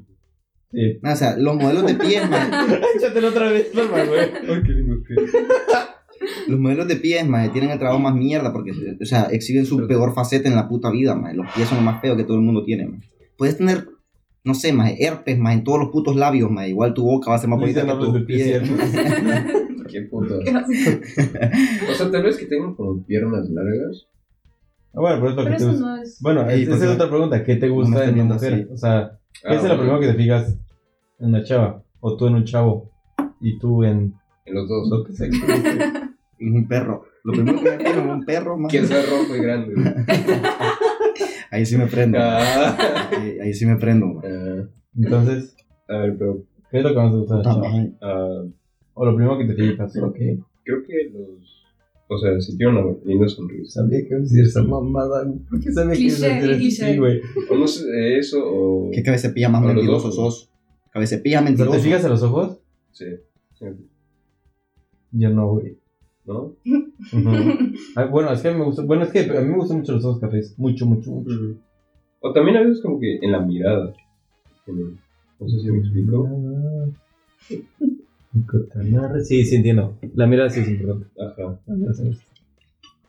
Speaker 1: Sí.
Speaker 2: No, o sea, los modelos de pies, mae,
Speaker 1: Échatelo otra vez, normal, güey.
Speaker 3: Ay, qué lindo. que-
Speaker 2: los modelos de pies, mae, tienen el trabajo más mierda porque, o sea, exhiben su peor faceta en la puta vida, mae. Los pies son los más feos que todo el mundo tiene, mae. Puedes tener, no sé, mae, herpes, mae, en todos los putos labios, mae. Igual tu boca va a ser más
Speaker 1: Lisa,
Speaker 2: bonita
Speaker 1: no
Speaker 2: pues,
Speaker 1: hables
Speaker 2: que
Speaker 1: de
Speaker 2: tu
Speaker 1: pies,
Speaker 2: pie.
Speaker 1: ¿cierto?
Speaker 3: Qué puto.
Speaker 4: ¿Qué haces?
Speaker 3: O sea, tal vez que tengan como piernas largas.
Speaker 1: Ah, bueno, pero es lo
Speaker 4: Pero
Speaker 1: que te
Speaker 4: eso
Speaker 1: gusta.
Speaker 4: no es.
Speaker 1: Bueno,
Speaker 2: Ey,
Speaker 1: es-
Speaker 2: ¿por
Speaker 1: esa
Speaker 2: qué?
Speaker 1: es otra pregunta. ¿Qué te
Speaker 2: No me
Speaker 1: gusta
Speaker 2: estén
Speaker 1: en una
Speaker 2: viendo
Speaker 1: mujer?
Speaker 2: así.
Speaker 1: O sea,
Speaker 3: Ah,
Speaker 1: ¿qué es lo
Speaker 3: bueno,
Speaker 1: primero que te fijas en una chava? O tú en un chavo. Y tú en
Speaker 3: En los dos.
Speaker 1: lo que sea.
Speaker 2: Es un perro. Lo primero que me piden es un perro, mae.
Speaker 3: Que sea rojo y grande.
Speaker 2: Ahí sí me prendo.
Speaker 3: Ah.
Speaker 2: Ahí, ahí sí me prendo, güey.
Speaker 3: Ah,
Speaker 1: Entonces,
Speaker 3: a ver, pero
Speaker 1: ¿qué es lo que más te gusta de la chava?
Speaker 2: Ay,
Speaker 3: ah,
Speaker 1: O lo primero que te fijas. Ok.
Speaker 3: creo que los. O sea, si tiene una linda sonrisa.
Speaker 1: Sabía que ibas a decir esa mamada. ¿Por qué sabía que ibas a
Speaker 4: Cliché,
Speaker 1: decir así,
Speaker 4: cliché.
Speaker 1: güey?
Speaker 3: O no sé, eso o.
Speaker 2: Qué cabezapilla más
Speaker 3: Con los
Speaker 2: mentiroso
Speaker 3: ojos.
Speaker 2: sos. Cabezapilla
Speaker 1: O sea,
Speaker 2: mentiroso.
Speaker 1: ¿Te fijas a los ojos?
Speaker 3: Sí. sí,
Speaker 1: Yo no, güey.
Speaker 3: ¿No?
Speaker 1: Ujú. Ah, Bueno, es que a mí me gusta. Bueno, es que a mí me gustan mucho los ojos cafés. Mucho, mucho, mucho.
Speaker 3: O también a veces como que en la mirada. En- No sé si me explico.
Speaker 1: Sí, sí entiendo. La mirada sí es importante.
Speaker 3: Ajá.
Speaker 1: La mirada sí me gusta.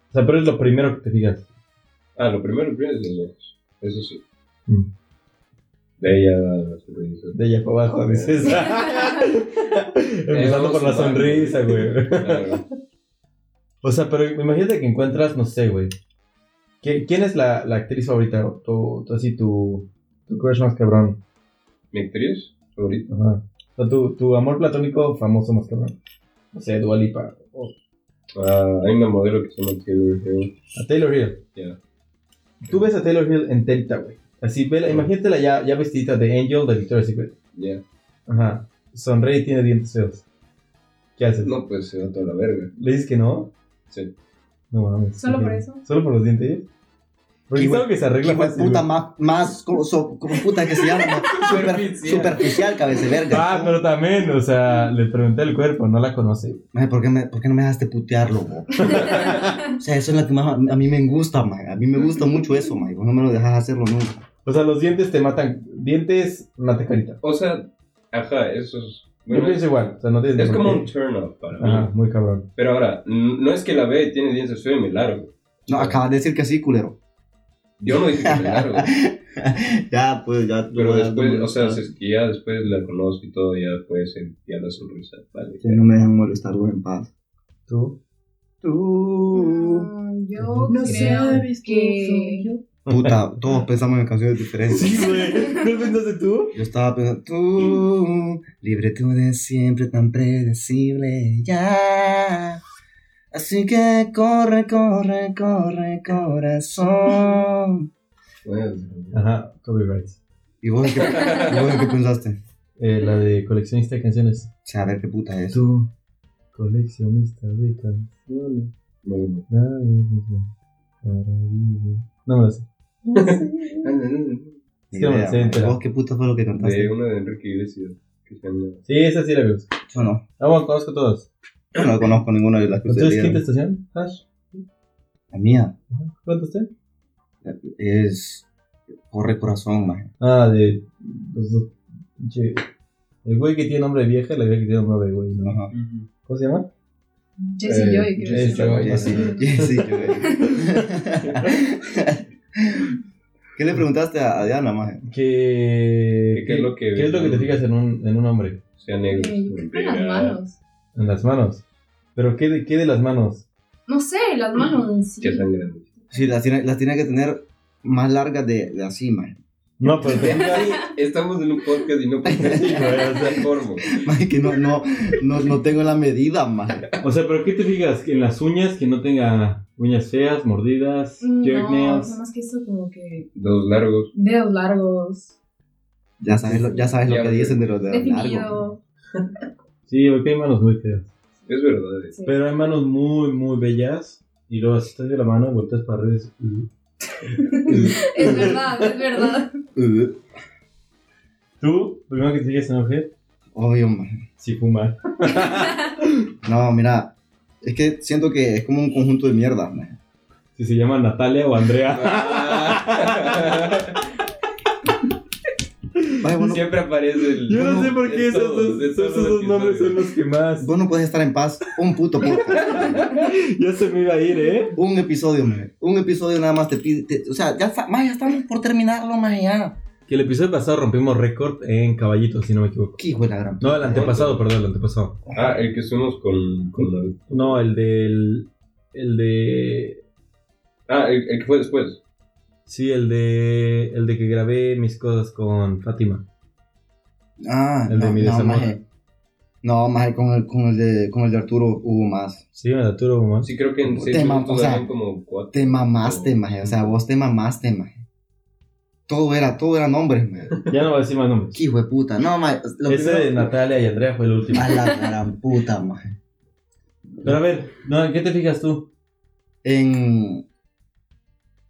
Speaker 1: O sea, pero es lo primero que te fijas.
Speaker 3: Ah, lo primero, lo primero es los ojos. Eso sí.
Speaker 1: Mm.
Speaker 3: De ahí ya la sonrisa.
Speaker 1: De allá para abajo, dices. Empezando por la sonrisa, güey.
Speaker 3: Claro.
Speaker 1: O sea, pero imagínate que encuentras, no sé, güey. ¿Qui- ¿Quién es la, la actriz favorita? O Tu, tu- así, tu, tu crush más cabrón.
Speaker 3: Mi actriz favorita.
Speaker 1: Ajá. O tu, tu amor platónico famoso más cabrón. No sé, Dualipa.
Speaker 3: Ah, hay una modelo que se llama Taylor Hill.
Speaker 1: A Taylor Hill.
Speaker 3: Ya.
Speaker 1: Tú ves a Taylor Hill enterita, güey. Así, vela, imagínatela ya, ya vestidita de Angel de Victoria's Secret.
Speaker 3: Ya.
Speaker 1: Ajá. Sonríe y tiene dientes feos. ¿Qué haces?
Speaker 3: No, pues se va toda la verga.
Speaker 1: ¿Le dices que no?
Speaker 3: Sí.
Speaker 1: No mames.
Speaker 4: ¿Solo
Speaker 1: sí.
Speaker 4: por eso?
Speaker 1: ¿Solo por los dientes? Porque es
Speaker 2: Hijo-
Speaker 1: algo que se arregla
Speaker 2: Qué
Speaker 1: fácil.
Speaker 2: puta
Speaker 1: güey.
Speaker 2: más, más como, so- como puta que se llama. ¿no? Super-
Speaker 3: Superficial.
Speaker 2: superficial, cabeceverga.
Speaker 1: Ah, pero también, o sea, le pregunté al cuerpo, no la conoce.
Speaker 2: Maje, ¿por, qué me, ¿Por qué no me dejaste putearlo, güey? O sea, eso es lo que más a mí me gusta, man. A mí me gusta mucho eso, man. Vos no me lo dejas hacerlo nunca.
Speaker 1: O sea, los dientes te matan. Dientes, mata carita.
Speaker 3: O sea, ajá, eso es.
Speaker 1: Yo
Speaker 3: Bueno,
Speaker 1: pienso igual, o sea, no tienes
Speaker 3: es
Speaker 1: por
Speaker 3: como un
Speaker 1: qué.
Speaker 3: turn off para
Speaker 1: Ajá,
Speaker 3: mí.
Speaker 1: muy cabrón.
Speaker 3: Pero ahora, n- no es que la ve y tiene dientes feos y me largo.
Speaker 2: No,
Speaker 3: Ajá.
Speaker 2: acabas de decir que sí, culero.
Speaker 3: Yo no dije que me largo.
Speaker 2: ya, pues, ya.
Speaker 3: Pero
Speaker 2: ya,
Speaker 3: después,
Speaker 2: no,
Speaker 3: o sea,
Speaker 2: ya.
Speaker 3: si es que ya después la conozco y todo, ya después ya la sonrisa. Vale.
Speaker 2: Ya no me dejan molestar, güey, en paz.
Speaker 1: ¿Tú?
Speaker 2: Tú.
Speaker 4: Mm, Yo
Speaker 1: No
Speaker 4: creo que.
Speaker 2: Puta, todos pensamos en canciones diferentes.
Speaker 1: güey. ¿No pensaste tú?
Speaker 2: Yo estaba pensando, tú, libre tú de siempre tan predecible ya. Así que corre, corre, corre, corazón.
Speaker 3: Bueno,
Speaker 1: Ajá, copyrights.
Speaker 2: ¿Y vos en qué, y vos en qué pensaste?
Speaker 1: Eh, la de coleccionista de canciones.
Speaker 2: sea, a ver qué puta es.
Speaker 1: Tú, coleccionista de canciones.
Speaker 3: No, no.
Speaker 1: maravilla, maravilla. No me lo sé.
Speaker 2: Ni
Speaker 3: Ah,
Speaker 1: Es que no me la sé
Speaker 2: idea,
Speaker 1: entera.
Speaker 2: ¿Vos qué puta fue lo que
Speaker 3: De
Speaker 2: cantaste?
Speaker 3: una de Enrique Iglesias. Que se llama.
Speaker 1: Sí, esa sí la conozco.
Speaker 2: Yo no.
Speaker 1: Ah, bueno, conozco todas.
Speaker 2: Yo no conozco ninguna de las que ustedes
Speaker 1: Entonces, quinta
Speaker 2: dieron.
Speaker 1: estación, Hash.
Speaker 2: La mía
Speaker 1: Ajá. ¿Cuánto usted?
Speaker 2: es... Corre corazón, maje.
Speaker 1: Ah, de los dos. Che. El güey que tiene nombre de vieja y la vieja que tiene nombre de güey. ¿no?
Speaker 2: Ajá.
Speaker 1: ¿Cómo se llama?
Speaker 4: Jesse
Speaker 3: Eh,
Speaker 4: Joy, creo.
Speaker 1: Jesse
Speaker 4: que se llama.
Speaker 1: Joy.
Speaker 2: Oye, sí, oye, sí, yo ¿Qué le preguntaste a, a Diana, maje?
Speaker 1: Que,
Speaker 3: ¿Qué- qué es lo que
Speaker 1: ¿Qué es lo que te
Speaker 3: ves?
Speaker 1: fijas en un, en un hombre?
Speaker 3: Sea negro.
Speaker 4: Eh, yo creo que las
Speaker 3: Mira.
Speaker 4: manos.
Speaker 1: En las manos. ¿Pero qué de, qué de las manos?
Speaker 4: No sé, las manos en sí.
Speaker 3: Que sean grandes.
Speaker 2: Sí, las tiene, las tiene que tener más largas de, de así, maje.
Speaker 1: No, pero te fijas-
Speaker 3: Estamos en un podcast y no podemos
Speaker 1: Sí, güey, o sea,
Speaker 3: hacer forma.
Speaker 2: Maje, que no, no, no, no tengo la medida, maje.
Speaker 1: O sea, pero ¿qué te fijas? Que en las uñas, que no tenga uñas feas, mordidas, jerk
Speaker 4: Mm, No,
Speaker 1: nails.
Speaker 4: nada más que eso, como que
Speaker 3: Dos largos.
Speaker 4: dedos largos,
Speaker 2: Ya sabes lo, ya sabes lo
Speaker 3: Ya,
Speaker 2: que
Speaker 3: güey.
Speaker 2: dicen de los dedos largos.
Speaker 4: definido.
Speaker 1: Sí, porque hay manos muy feas.
Speaker 3: Es verdad. eh.
Speaker 4: sí.
Speaker 1: Pero hay manos muy, muy bellas. Y luego así te de la mano, vueltas para arriba. y dices, "Mm".
Speaker 4: Es verdad, es verdad.
Speaker 2: Uh,
Speaker 1: Tú, primero que te digas en mujer,
Speaker 2: Obvio, maje.
Speaker 1: si fuma.
Speaker 2: No, mira, es que siento que es como un conjunto de mierda, maje.
Speaker 1: Si se llama Natalia o Andrea. Ah,
Speaker 2: Maje, vos, no,
Speaker 3: Siempre aparece el.
Speaker 1: Yo no sé por
Speaker 3: de
Speaker 1: qué esos
Speaker 3: todos,
Speaker 1: dos,
Speaker 3: de todos
Speaker 1: esos dos
Speaker 3: los
Speaker 1: nombres son
Speaker 3: episodios.
Speaker 1: los que más.
Speaker 2: vos no puedes estar en paz un puto podcast.
Speaker 1: Ya se me iba a ir, ¿eh?
Speaker 2: Un episodio, maje. Un episodio nada más te pide. te- o sea, ya, está- maje, ya estamos por terminarlo, maje, ya.
Speaker 1: Que el episodio pasado rompimos récord en caballitos, si no me equivoco.
Speaker 2: Qué hijo de la gran.
Speaker 1: No, el antepasado, perdón, el antepasado.
Speaker 3: Ah, el que somos con, con David.
Speaker 1: No, el del. El de.
Speaker 3: Ah, el, el que fue después.
Speaker 1: Sí, el de. El de que grabé mis cosas con Fátima.
Speaker 2: Ah,
Speaker 1: El de
Speaker 2: no,
Speaker 1: mi
Speaker 2: no,
Speaker 1: desamor.
Speaker 2: maje. No, maje, con el, con el de, con el de Arturo hubo más.
Speaker 1: Sí, me la turo, mamá.
Speaker 3: Sí, creo que en
Speaker 2: Te
Speaker 3: seis
Speaker 2: mam-
Speaker 3: minutos
Speaker 2: o sea,
Speaker 3: daban como cuatro.
Speaker 2: Te
Speaker 1: Oh.
Speaker 2: mamaste, maje. O sea, vos te mamaste, maje. Todo era, todo era nombres, maje.
Speaker 1: Ya no voy a decir más nombres.
Speaker 2: Qué hijo de puta. No, maje. Lo
Speaker 1: Ese de
Speaker 2: primero-
Speaker 1: Natalia y Andrea fue el último.
Speaker 2: A la gran puta, maje.
Speaker 1: Pero a ver, no, ¿en qué te fijas tú?
Speaker 2: En.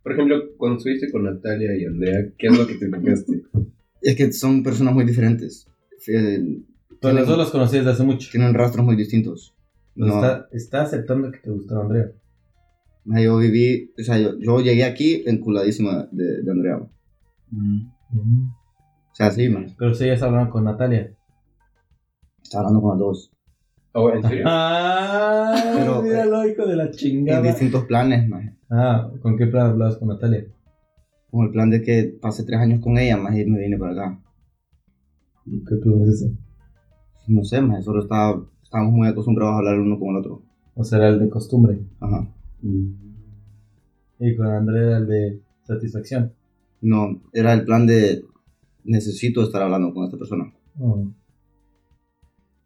Speaker 3: Por ejemplo, cuando estuviste con Natalia y Andrea, ¿qué es lo que te fijaste?
Speaker 2: Es que son personas muy diferentes. Eh,
Speaker 1: Pero las
Speaker 2: Tienen-
Speaker 1: dos las conocí desde hace mucho.
Speaker 2: tienen rastros muy distintos.
Speaker 1: Pues
Speaker 2: No.
Speaker 1: Está, está aceptando que te gustaba Andrea.
Speaker 2: Maje, Yo viví, o sea, yo, yo llegué aquí enculadísima de, de Andrea. O sea, sí, maje.
Speaker 1: Pero si ellas hablaban con Natalia.
Speaker 2: Estaba hablando con las dos.
Speaker 3: Oh, ¿En serio?
Speaker 1: ¡Ah!
Speaker 2: Pero,
Speaker 1: mira
Speaker 2: eh,
Speaker 1: lo hijo de la
Speaker 2: En
Speaker 1: chingada.
Speaker 2: distintos planes, maje.
Speaker 1: Ah, ¿con qué plan hablabas con Natalia?
Speaker 2: Con el plan de que pasé tres años con ella, maje, y me vine para acá.
Speaker 1: ¿Qué plan es ese?
Speaker 2: No sé, maje, solo estaba, estábamos muy acostumbrados a hablar el uno con el otro.
Speaker 1: O será el de costumbre.
Speaker 2: Ajá.
Speaker 1: Y con Andrea el de satisfacción.
Speaker 2: No, era el plan de necesito estar hablando con esta persona.
Speaker 1: Oh.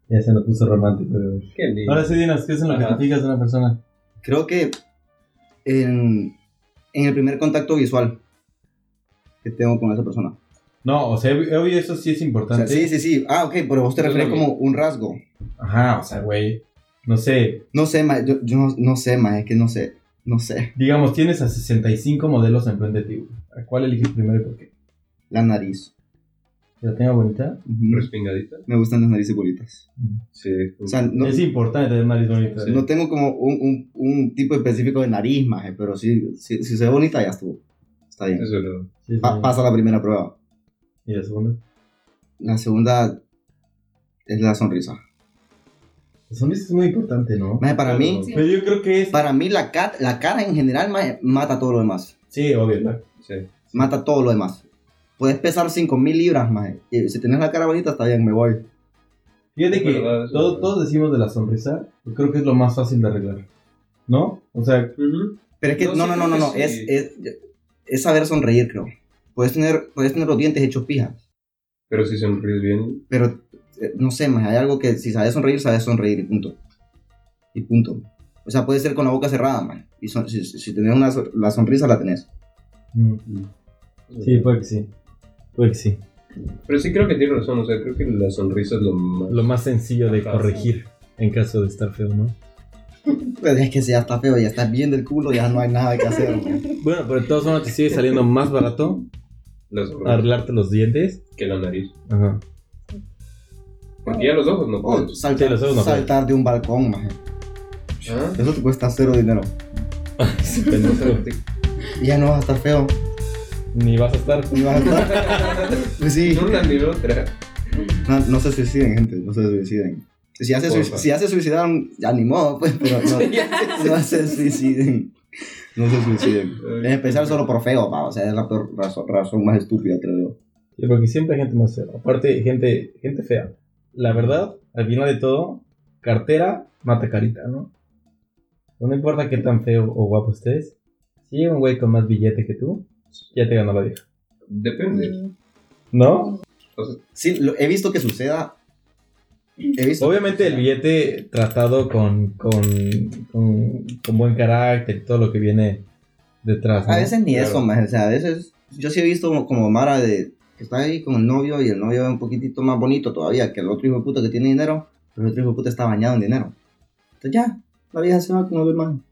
Speaker 1: Ya se nos puso romántico. de verdad.
Speaker 3: Qué lindo.
Speaker 1: Ahora sí, dinos, ¿qué es en lo que
Speaker 3: Ajá.
Speaker 1: te fijas de una persona?
Speaker 2: Creo que en, en el primer contacto visual que tengo con esa persona.
Speaker 1: No, o sea, obvio, eso sí es
Speaker 2: O sea,
Speaker 1: importante.
Speaker 2: sí, sí, sí. Ah, ok, pero vos te
Speaker 3: Yo
Speaker 2: refieres
Speaker 3: también.
Speaker 2: como un rasgo.
Speaker 1: Ajá, o sea, güey. No sé,
Speaker 2: No sé, ma, yo, yo no, no sé, ma, es que no sé, no sé.
Speaker 1: digamos, tienes a 65 modelos enfrente de ti. güey. ¿A cuál eliges primero y por qué?
Speaker 2: La nariz.
Speaker 1: ¿La tengo bonita?
Speaker 2: Ujú.
Speaker 3: Pues, ¿Respingadita?
Speaker 2: Me gustan las narices bonitas.
Speaker 3: Sí.
Speaker 2: O sea, no,
Speaker 1: Es importante tener nariz bonita.
Speaker 2: no tengo como un, un- un tipo específico de nariz, maje, pero sí, sí- si se ve bonita ya estuvo. Está bien.
Speaker 3: Eso lo.
Speaker 1: Sí, sí.
Speaker 2: Pa- pasa la primera prueba.
Speaker 1: ¿Y la segunda?
Speaker 2: La segunda es la sonrisa.
Speaker 1: La sonrisa Pues, es muy importante, ¿no?
Speaker 2: Maje, para mí,
Speaker 4: Sí.
Speaker 1: Pero yo creo que es...
Speaker 2: para mí la, ca- la cara en general maje, mata todo lo demás.
Speaker 1: Sí, obvio. ¿no?
Speaker 3: Sí.
Speaker 2: Mata todo lo demás. Puedes pesar 5000 libras, maje. y si tienes la cara bonita, está bien, me voy.
Speaker 1: Fíjate
Speaker 3: Es
Speaker 1: que
Speaker 3: verdad, es
Speaker 1: todo-
Speaker 3: verdad.
Speaker 1: todos decimos de la sonrisa, yo creo que es lo más fácil de arreglar. ¿No? O sea,
Speaker 2: Pero es que,
Speaker 3: No,
Speaker 2: no,
Speaker 3: sí,
Speaker 2: no, no,
Speaker 3: creo
Speaker 2: no,
Speaker 3: que
Speaker 2: no.
Speaker 3: sí.
Speaker 2: Es, es, es saber sonreír, creo. Puedes tener, puedes tener los dientes hechos pija,
Speaker 3: Pero si sonríes bien,
Speaker 2: pero eh, no sé, maje, hay algo que si sabes sonreír, sabes sonreír y punto. Y punto. O sea, puede ser con la boca cerrada, maje. Y son- si, si- si tenés una, sor- la sonrisa, la tenés.
Speaker 1: mm, sí, puede que sí. Puede que sí.
Speaker 3: Pero sí creo que tiene razón, o sea, creo que la sonrisa es lo más...
Speaker 1: Lo más sencillo de
Speaker 3: Ajá.
Speaker 1: corregir en caso de estar feo, ¿no?
Speaker 2: Pues es que si ya está feo, ya está bien del culo, ya no hay nada que hacer. man.
Speaker 1: Bueno, pero de todos modos te sigue saliendo más barato
Speaker 3: la sonrisa
Speaker 1: arreglarte los dientes.
Speaker 3: que la nariz.
Speaker 1: Ajá.
Speaker 3: Porque ya los ojos no
Speaker 2: O
Speaker 3: puedes.
Speaker 1: Sí,
Speaker 2: saltar,
Speaker 1: los ojos no
Speaker 2: saltar de un balcón, maje.
Speaker 3: Ah,
Speaker 2: Eso te cuesta cero dinero.
Speaker 1: Sí, pendejo.
Speaker 2: Y ya no vas a estar feo.
Speaker 1: Ni vas a estar.
Speaker 2: ni vas a estar- Pues sí,
Speaker 3: Ni una ni la otra.
Speaker 2: no, no se suiciden, gente, no se suiciden. Si ya se, sui-
Speaker 3: Porfa.
Speaker 2: si ya se suicidaron, ya ni modo, pues, pero no, no se suiciden. No se suiciden. En especial solo por feo, pa, o sea, es la peor razón, razón más estúpida, creo yo.
Speaker 1: Sí, porque siempre hay gente más fea. Aparte, gente, gente fea. La verdad, al final de todo, cartera mata carita, ¿no? No importa qué tan feo o guapo estés, si llega un güey con más billete que tú, ya te ganó la vieja.
Speaker 3: Depende.
Speaker 1: ¿No?
Speaker 2: Sí, lo- he visto que suceda. He visto
Speaker 1: Obviamente
Speaker 2: que
Speaker 1: el
Speaker 2: suceda.
Speaker 1: billete tratado con, con, con, con buen carácter y todo lo que viene detrás. ¿no?
Speaker 2: A veces ni
Speaker 3: Claro.
Speaker 2: eso, más, o sea, a veces yo sí he visto como, como Mara de que está ahí con el novio y el novio es un poquitito más bonito todavía que el otro hijo de puta que tiene dinero, pero el otro hijo de puta está bañado en dinero. Entonces ya, la vieja se va con el hermano.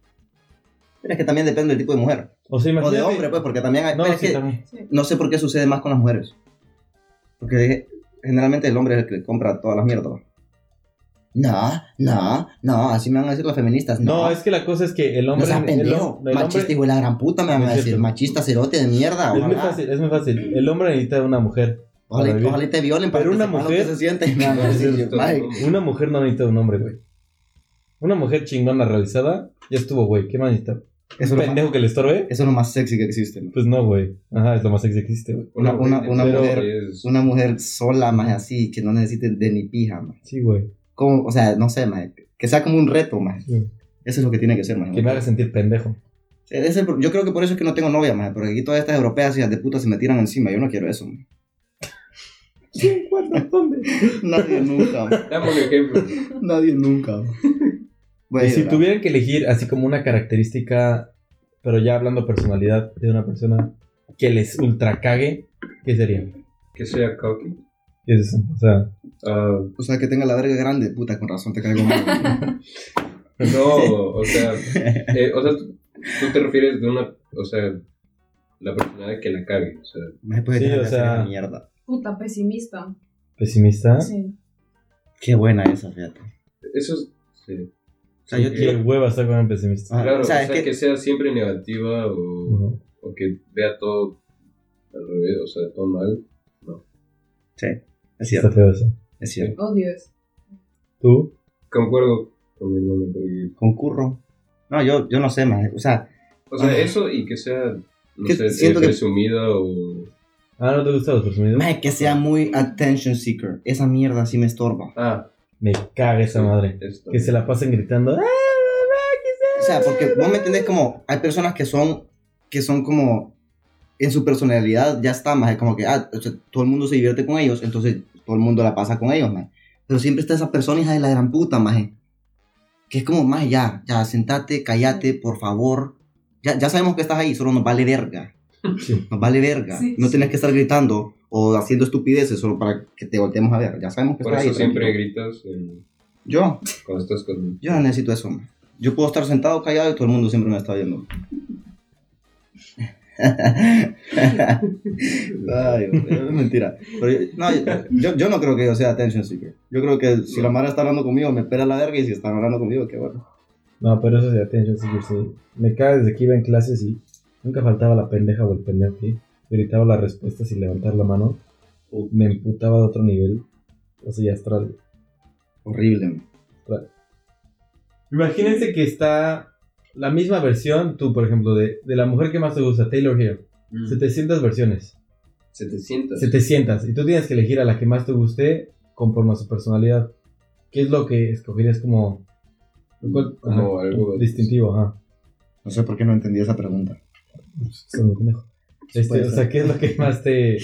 Speaker 2: Pero es que también depende del tipo de mujer.
Speaker 1: O sea,
Speaker 2: O
Speaker 1: imagínate.
Speaker 2: de hombre, pues, porque también hay...
Speaker 1: No,
Speaker 2: pero es
Speaker 1: sí,
Speaker 2: que
Speaker 1: también.
Speaker 2: no sé por qué sucede más con las mujeres. Porque generalmente el hombre es el que compra todas las mierdas. No, no, no, así me van a decir las feministas.
Speaker 1: No,
Speaker 2: No,
Speaker 1: es que la cosa es que el hombre.
Speaker 2: no seas
Speaker 1: el hom-
Speaker 2: pendejo.
Speaker 1: el
Speaker 2: machista,
Speaker 1: hombre-
Speaker 2: hijo de la gran puta, me
Speaker 1: No
Speaker 2: van
Speaker 1: es
Speaker 2: a decir.
Speaker 1: cierto.
Speaker 2: Machista, cerote de mierda.
Speaker 1: Es muy
Speaker 2: Ojalá,
Speaker 1: fácil, es muy fácil. El hombre necesita una mujer. para
Speaker 2: ojalá,
Speaker 1: vivir.
Speaker 2: ojalá y te violen para
Speaker 1: Pero
Speaker 2: que
Speaker 1: una
Speaker 2: sepas lo
Speaker 1: mujer-
Speaker 2: que se siente. Me van a
Speaker 3: No,
Speaker 2: decir,
Speaker 3: cierto,
Speaker 2: "Ay,
Speaker 3: no.
Speaker 1: Una mujer no necesita un hombre, güey. Una mujer chingona realizada, ya estuvo, güey. ¿Qué más necesita?
Speaker 2: Eso
Speaker 1: ¿Un
Speaker 2: es, lo más,
Speaker 1: pendejo que le estorbe?
Speaker 2: eso es lo más sexy que existe. ¿no?
Speaker 1: Pues no, güey. Ajá, es lo más sexy que existe, güey.
Speaker 2: Una- una- una
Speaker 3: Pero
Speaker 2: mujer-
Speaker 3: es-
Speaker 2: Una mujer sola, más así, que no necesite de ni pija, más.
Speaker 1: Sí, güey.
Speaker 2: Como, o sea, no sé, más. Que sea como un reto, más.
Speaker 1: Sí.
Speaker 2: Eso es lo que tiene que ser, más.
Speaker 1: Que me haga sentir pendejo.
Speaker 2: Ese- yo creo que por eso es que no tengo novia, más. Porque aquí todas estas europeas hijas de puta se me tiran encima. Yo no quiero eso, maje. Nadie nunca, maje.
Speaker 3: Dame un ejemplo.
Speaker 2: Nadie nunca.
Speaker 1: Y si tuvieran que elegir así como una característica, pero ya hablando personalidad de una persona que les ultra cague, ¿qué sería?
Speaker 3: Que sea cocky.
Speaker 1: ¿Qué es eso? O sea,
Speaker 3: Ah,
Speaker 2: O sea, que tenga la verga grande, puta, con razón te caigo mal.
Speaker 3: No, o sea, eh, o sea, tú tú te refieres de una, o sea, la personalidad que la cague, o sea,
Speaker 2: Me puede
Speaker 1: Sí,
Speaker 2: dejar
Speaker 1: o
Speaker 2: de hacer
Speaker 1: sea-
Speaker 2: esa mierda.
Speaker 4: Puta, pesimista.
Speaker 1: pesimista.
Speaker 4: Sí.
Speaker 2: Qué buena esa, fíjate. O
Speaker 3: eso es, sí,
Speaker 2: sea, yo
Speaker 1: Qué hueva estar con un pesimista.
Speaker 2: Ah,
Speaker 3: claro,
Speaker 2: o sea,
Speaker 3: o
Speaker 2: es
Speaker 3: sea, que...
Speaker 2: que-
Speaker 3: sea siempre negativa o,
Speaker 1: Ujú.
Speaker 3: o que vea todo al revés, o sea, todo mal.
Speaker 2: Es
Speaker 1: Está
Speaker 2: cierto,
Speaker 1: feo eso.
Speaker 2: es cierto.
Speaker 4: Odio eso.
Speaker 1: ¿Tú?
Speaker 3: Concuerdo con el nombre, porque-
Speaker 2: Concurro. No, yo, yo no sé, más. O sea,
Speaker 3: o sea,
Speaker 2: Ah.
Speaker 3: eso y que sea, no
Speaker 2: Que
Speaker 3: sé,
Speaker 2: siento
Speaker 3: eh,
Speaker 2: que-
Speaker 3: presumida o...
Speaker 1: Ah, ¿no te gustan los presumidos?
Speaker 2: maje, que sea muy attention seeker. Esa mierda sí me estorba.
Speaker 3: Ah,
Speaker 1: Me caga esa madre.
Speaker 3: esto.
Speaker 1: Que se la pasen gritando. "Ah".
Speaker 2: O sea, porque vos me entendés como hay personas que son, que son como en su personalidad ya está, más como que ah, o sea, todo el mundo se divierte con ellos, entonces todo el mundo la pasa con ellos, más. Pero siempre está esa persona hija de la gran puta, más. Que es como, más ya, ya, sentate, cállate, por favor. Ya, ya sabemos que estás ahí, solo nos vale verga.
Speaker 1: Sí.
Speaker 2: Nos vale verga.
Speaker 4: Sí,
Speaker 2: no
Speaker 4: sí.
Speaker 2: tienes que estar gritando o haciendo estupideces solo para que te volteemos a ver. Ya sabemos que
Speaker 3: Por
Speaker 2: estás
Speaker 3: eso
Speaker 2: ahí.
Speaker 3: siempre
Speaker 2: tranquilo.
Speaker 3: gritas en-
Speaker 2: Yo,
Speaker 3: cuando estás con...
Speaker 2: yo no necesito eso, man. Yo puedo estar sentado callado y todo el mundo siempre me está viendo. Ay, es mentira. Pero yo, no, yo- yo, yo no creo que yo sea attention seeker. Yo creo que si la Mara está hablando conmigo, me espera la verga y si están hablando conmigo, qué bueno.
Speaker 1: No, pero eso de attention seeker, sí. Me caga desde que iba en clases y nunca faltaba la pendeja o el pendejo que gritaba las respuestas sin levantar la mano. Me emputaba de otro nivel. O sea, ya astral.
Speaker 2: Horrible, man.
Speaker 1: Imagínense que está la misma versión, tú, por ejemplo, de, de la mujer que más te gusta, Taylor Hill.
Speaker 3: Mm.
Speaker 1: 700 versiones.
Speaker 3: 700.
Speaker 1: 700. Y tú tienes que elegir a la que más te guste conforme a su personalidad. ¿Qué es lo que escogerías como... cuál-
Speaker 3: Como algo-
Speaker 1: distintivo, ajá.
Speaker 2: No sé por qué no entendí esa pregunta.
Speaker 1: Soy muy pendejo. Este,
Speaker 2: puede
Speaker 1: o sea,
Speaker 2: ser.
Speaker 1: ¿qué es lo que más te.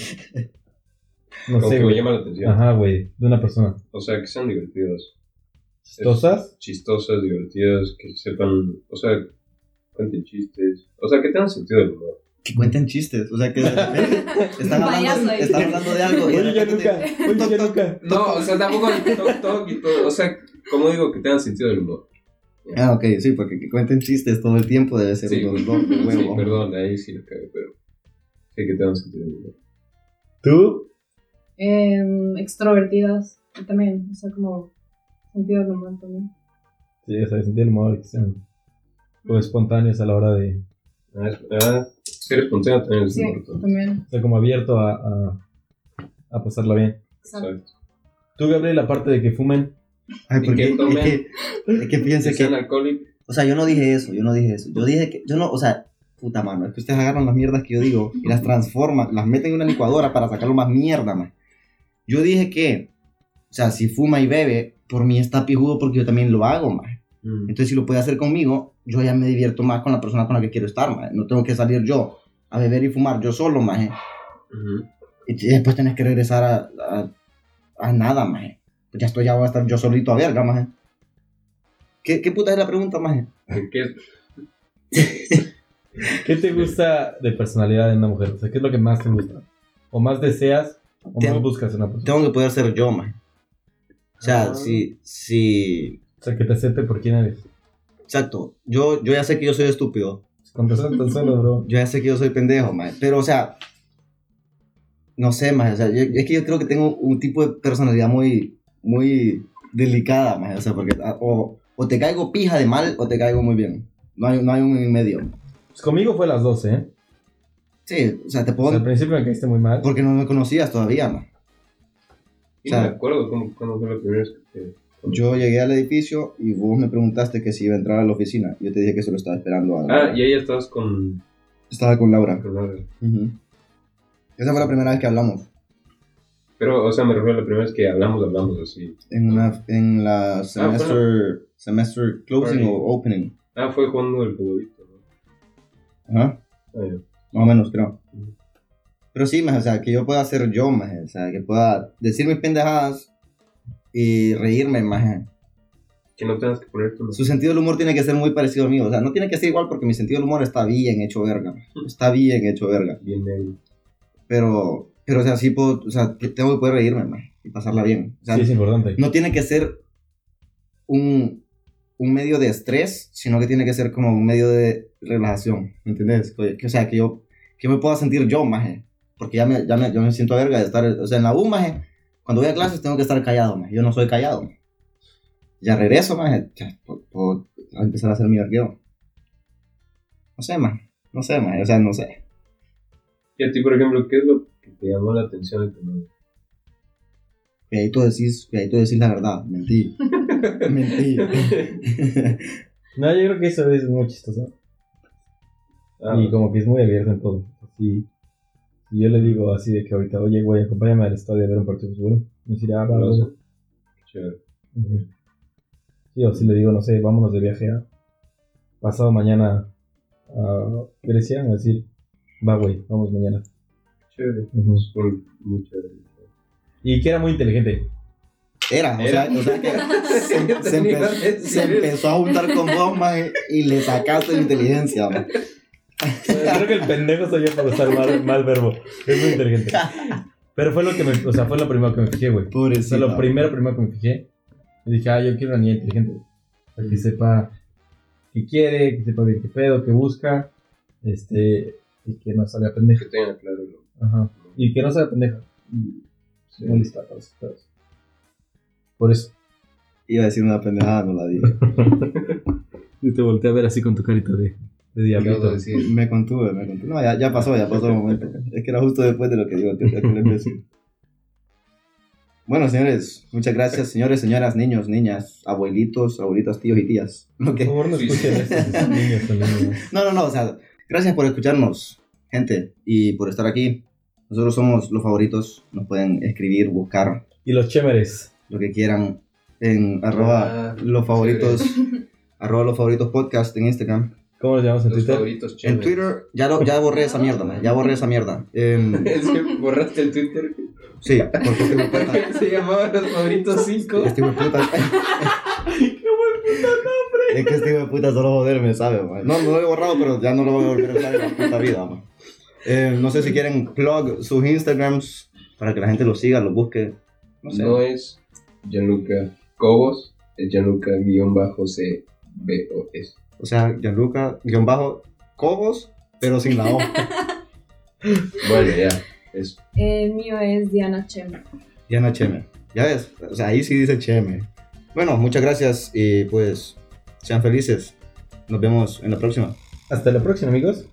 Speaker 1: No
Speaker 3: Como
Speaker 1: sé,
Speaker 3: que me
Speaker 1: güey.
Speaker 3: llama la atención.
Speaker 1: Ajá, güey. De una persona.
Speaker 3: O sea, que sean divertidos.
Speaker 1: ¿Chistosas?
Speaker 3: chistosas, divertidas, que sepan, o sea, cuenten chistes, o sea, que tengan sentido del humor.
Speaker 2: que cuenten chistes. O sea, que de repente están, hablando,
Speaker 4: Payaso ahí.
Speaker 2: están hablando de algo. y de
Speaker 1: Oye, ya
Speaker 2: repente-
Speaker 1: nunca. Oye, ya
Speaker 2: Toc, toc.
Speaker 1: nunca.
Speaker 3: No, o sea, tampoco el toc toc y todo. O sea, como digo, que tengan sentido del humor.
Speaker 2: Ah, ok, sí, porque que cuenten chistes todo el tiempo debe ser
Speaker 3: Sí,
Speaker 2: un dolor de
Speaker 3: Sí,
Speaker 2: huevo.
Speaker 3: perdón, ahí sí lo cagué, pero sé que tengan sentido del humor.
Speaker 1: ¿Tú?
Speaker 4: Em, extrovertidas y también, o sea, como sentido del humor también.
Speaker 1: Sí, o sea, sentí el humor, que sean como espontáneos a la hora de.
Speaker 3: Ah, es- ah, ser espontáneo también es
Speaker 4: Sí,
Speaker 3: importante.
Speaker 4: también.
Speaker 1: O sea, como abierto a, a, a pasarla bien.
Speaker 4: Exacto.
Speaker 3: Exacto.
Speaker 1: Tú, Gabriel, la parte de que fumen.
Speaker 2: Ay,
Speaker 3: Y
Speaker 2: porque
Speaker 3: que tomen.
Speaker 2: es que, es que fíjense
Speaker 3: Que sean
Speaker 2: que.
Speaker 3: alcohólicos.
Speaker 2: O sea, yo no dije eso, yo no dije eso. Yo dije que. Yo no, o sea, puta mano, es que ustedes agarran las mierdas que yo digo y las transforman, las meten en una licuadora para sacarlo más mierda, man. Yo dije que. O sea, si fuma y bebe, por mí está pijudo porque yo también lo hago, man. Entonces, si lo puede hacer conmigo, yo ya me divierto más con la persona con la que quiero estar, maje. No tengo que salir yo a beber y fumar yo solo, maje.
Speaker 3: Ujú.
Speaker 2: Y t- después tenés que regresar a, a, a nada, maje. Pues ya estoy, ya voy a estar yo solito a verga, maje. ¿Qué, qué puta es la pregunta, maje?
Speaker 3: Que es-
Speaker 1: ¿Qué te gusta de personalidad de una mujer? O sea, ¿qué es lo que más te gusta? ¿O más deseas? ¿O
Speaker 2: Tengo-
Speaker 1: más buscas en una persona?
Speaker 2: Tengo que poder ser yo, maje. O sea,
Speaker 3: Ah.
Speaker 2: si, si...
Speaker 1: O sea, que te acepte por quién eres.
Speaker 2: Exacto. Yo, yo ya sé que yo soy estúpido.
Speaker 1: Contestan tan solo, bro.
Speaker 2: Yo ya sé que yo soy pendejo, maje. Pero, o sea... No sé, maje. O sea, yo- es que yo creo que tengo un tipo de personalidad muy... Muy delicada, maje. O sea, porque... ah, O, o te caigo pija de mal o te caigo muy bien. No hay, no hay un en medio.
Speaker 1: Pues conmigo fue las 12, ¿eh?
Speaker 2: Sí, o sea, te
Speaker 1: O sea,
Speaker 2: puedo...
Speaker 1: al principio me caíste muy mal.
Speaker 2: Porque no me conocías todavía, ma. O
Speaker 3: y me
Speaker 2: sea-
Speaker 3: acuerdo cómo, cómo fue la primera vez que te-
Speaker 2: Yo llegué al edificio y vos me preguntaste que si iba a entrar a la oficina. Yo te dije que se lo estaba esperando a...
Speaker 3: Ah, y ahí estabas con.
Speaker 2: Estaba con Laura.
Speaker 3: con Laura.
Speaker 2: Ujú. Esa fue la primera vez que hablamos.
Speaker 3: Pero, o sea, me refiero a la primera vez que hablamos, hablamos así.
Speaker 2: En, una, en la semester, semester closing
Speaker 3: Ah, Party.
Speaker 2: o opening.
Speaker 3: Ah, fue jugando el futbolito, ¿no?
Speaker 2: Ajá.
Speaker 3: Ah, ya.
Speaker 2: Más o menos, creo.
Speaker 3: Ujú.
Speaker 2: Pero sí, maje, o sea, que yo pueda ser yo, maje. O sea, que pueda decir mis pendejadas y reírme, maje.
Speaker 3: Que no tengas que ponerte una.
Speaker 2: Su sentido del humor tiene que ser muy parecido al mío. O sea, no tiene que ser igual porque mi sentido del humor está bien hecho verga. Está bien hecho verga.
Speaker 3: Bien negro.
Speaker 2: Pero, pero o sea, sí puedo, o sea, que tengo que poder reírme, maje, Y pasarla bien. O sea,
Speaker 1: Sí, es importante.
Speaker 2: no tiene que ser un, un medio de estrés, sino que tiene que ser como un medio de relajación, ¿me entendés? Que, que, o sea, que yo, que me pueda sentir yo, maje, porque ya me, ya me, yo me siento verga de estar, o sea, en la U, maje, cuando voy a clases tengo que estar callado, maje, yo no soy callado. maje. Ya regreso, maje, ya puedo, puedo empezar a hacer mi arqueo. No sé, maje, no sé, maje, o sea, no sé.
Speaker 3: Y a ti, por ejemplo, ¿qué es lo que te llamó la atención de tu novio?
Speaker 2: Que ahí tú decís, que ahí tú decís la verdad, mentí, mentí.
Speaker 1: No, yo creo que eso es muy chistoso.
Speaker 3: Ah,
Speaker 1: Y como que es muy abierto en todo. Así, si yo le digo así de que ahorita, oye, güey, acompáñame al estadio a ver un partido de fútbol. Me dirá, ah, va,
Speaker 3: no
Speaker 1: va".
Speaker 3: sé. Chévere.
Speaker 1: Ujú. Sí, o si le digo, no sé, vámonos de viaje a pasado mañana a Grecia, me va a decir, va, güey, vamos mañana.
Speaker 3: Chévere.
Speaker 1: Ujú.
Speaker 3: Es muy, muy chévere.
Speaker 1: Y que era muy inteligente.
Speaker 2: Era, o
Speaker 3: Era.
Speaker 2: sea, o sea que se, se
Speaker 3: Tenía
Speaker 2: empe-
Speaker 3: que
Speaker 2: se
Speaker 3: decir.
Speaker 2: empezó a juntar con vos, maje, y le sacaste la inteligencia, maje.
Speaker 1: Creo que el pendejo soy yo por usar mal, mal verbo. Es muy inteligente. Pero fue lo que me, o sea, fue lo primero que me fijé, güey. O sea,
Speaker 2: Pobrecito.
Speaker 1: lo primero, primero que me fijé, le dije, ah, yo quiero una niña inteligente. güey. O sea, que sepa qué quiere, que sepa bien qué pedo, qué busca, este, y que no salga pendeja.
Speaker 3: Que tenga claro lo.
Speaker 1: Ajá. Y que no salga pendeja. Y soy muy lista para esos pedos. Por eso.
Speaker 2: Iba a decir una pendejada, no la dije.
Speaker 1: Y te volteé a ver así con tu carita de, de
Speaker 3: Quiero decir.
Speaker 2: Me contuve, me contuve. No, ya, ya pasó, ya pasó el momento. Es que era justo después de lo que digo, te- te- te lo empecé. Bueno, señores, muchas gracias, señores, señoras, niños, niñas, abuelitos, abuelitas, tíos y tías. Lo
Speaker 1: Por
Speaker 2: que-
Speaker 1: favor, no escuchen esto, esos niños también, ¿no?
Speaker 2: No, no, no, o sea, gracias por escucharnos, gente, y por estar aquí. Nosotros somos los favoritos, nos pueden escribir, buscar
Speaker 1: Y los chéveres.
Speaker 2: lo que quieran en arroba
Speaker 3: Ah,
Speaker 2: los favoritos, arroba los favoritos podcast en Instagram.
Speaker 1: ¿Cómo los llamamos en
Speaker 3: Los
Speaker 1: Twitter?
Speaker 3: favoritos chéveres.
Speaker 2: En Twitter, ya, lo, ya borré esa mierda, man, ya borré esa mierda. Em,
Speaker 3: Es que borraste el Twitter.
Speaker 2: sí, porque este hueputa-
Speaker 3: Porque se llamaba Los Favoritos 5.
Speaker 2: este hueputa- Es que este hijo de puta solo joder me sabe, man. No, no lo he borrado, pero ya no lo voy a volver a usar en la puta vida, man. Eh, no sé si quieren plug sus Instagrams para que la gente los siga, los busque. No sé.
Speaker 3: No eh. es Gianluca Cobos, es Gianluca guión bajo C B O S.
Speaker 2: O sea, Gianluca-Cobos, pero sin la O.
Speaker 3: Bueno, ya. Es
Speaker 4: El mío es Diana Chema.
Speaker 2: Diana Cheme. Ya ves, o sea, ahí sí dice Cheme. Bueno, muchas gracias y pues sean felices. Nos vemos en la próxima.
Speaker 1: Hasta la próxima, amigos.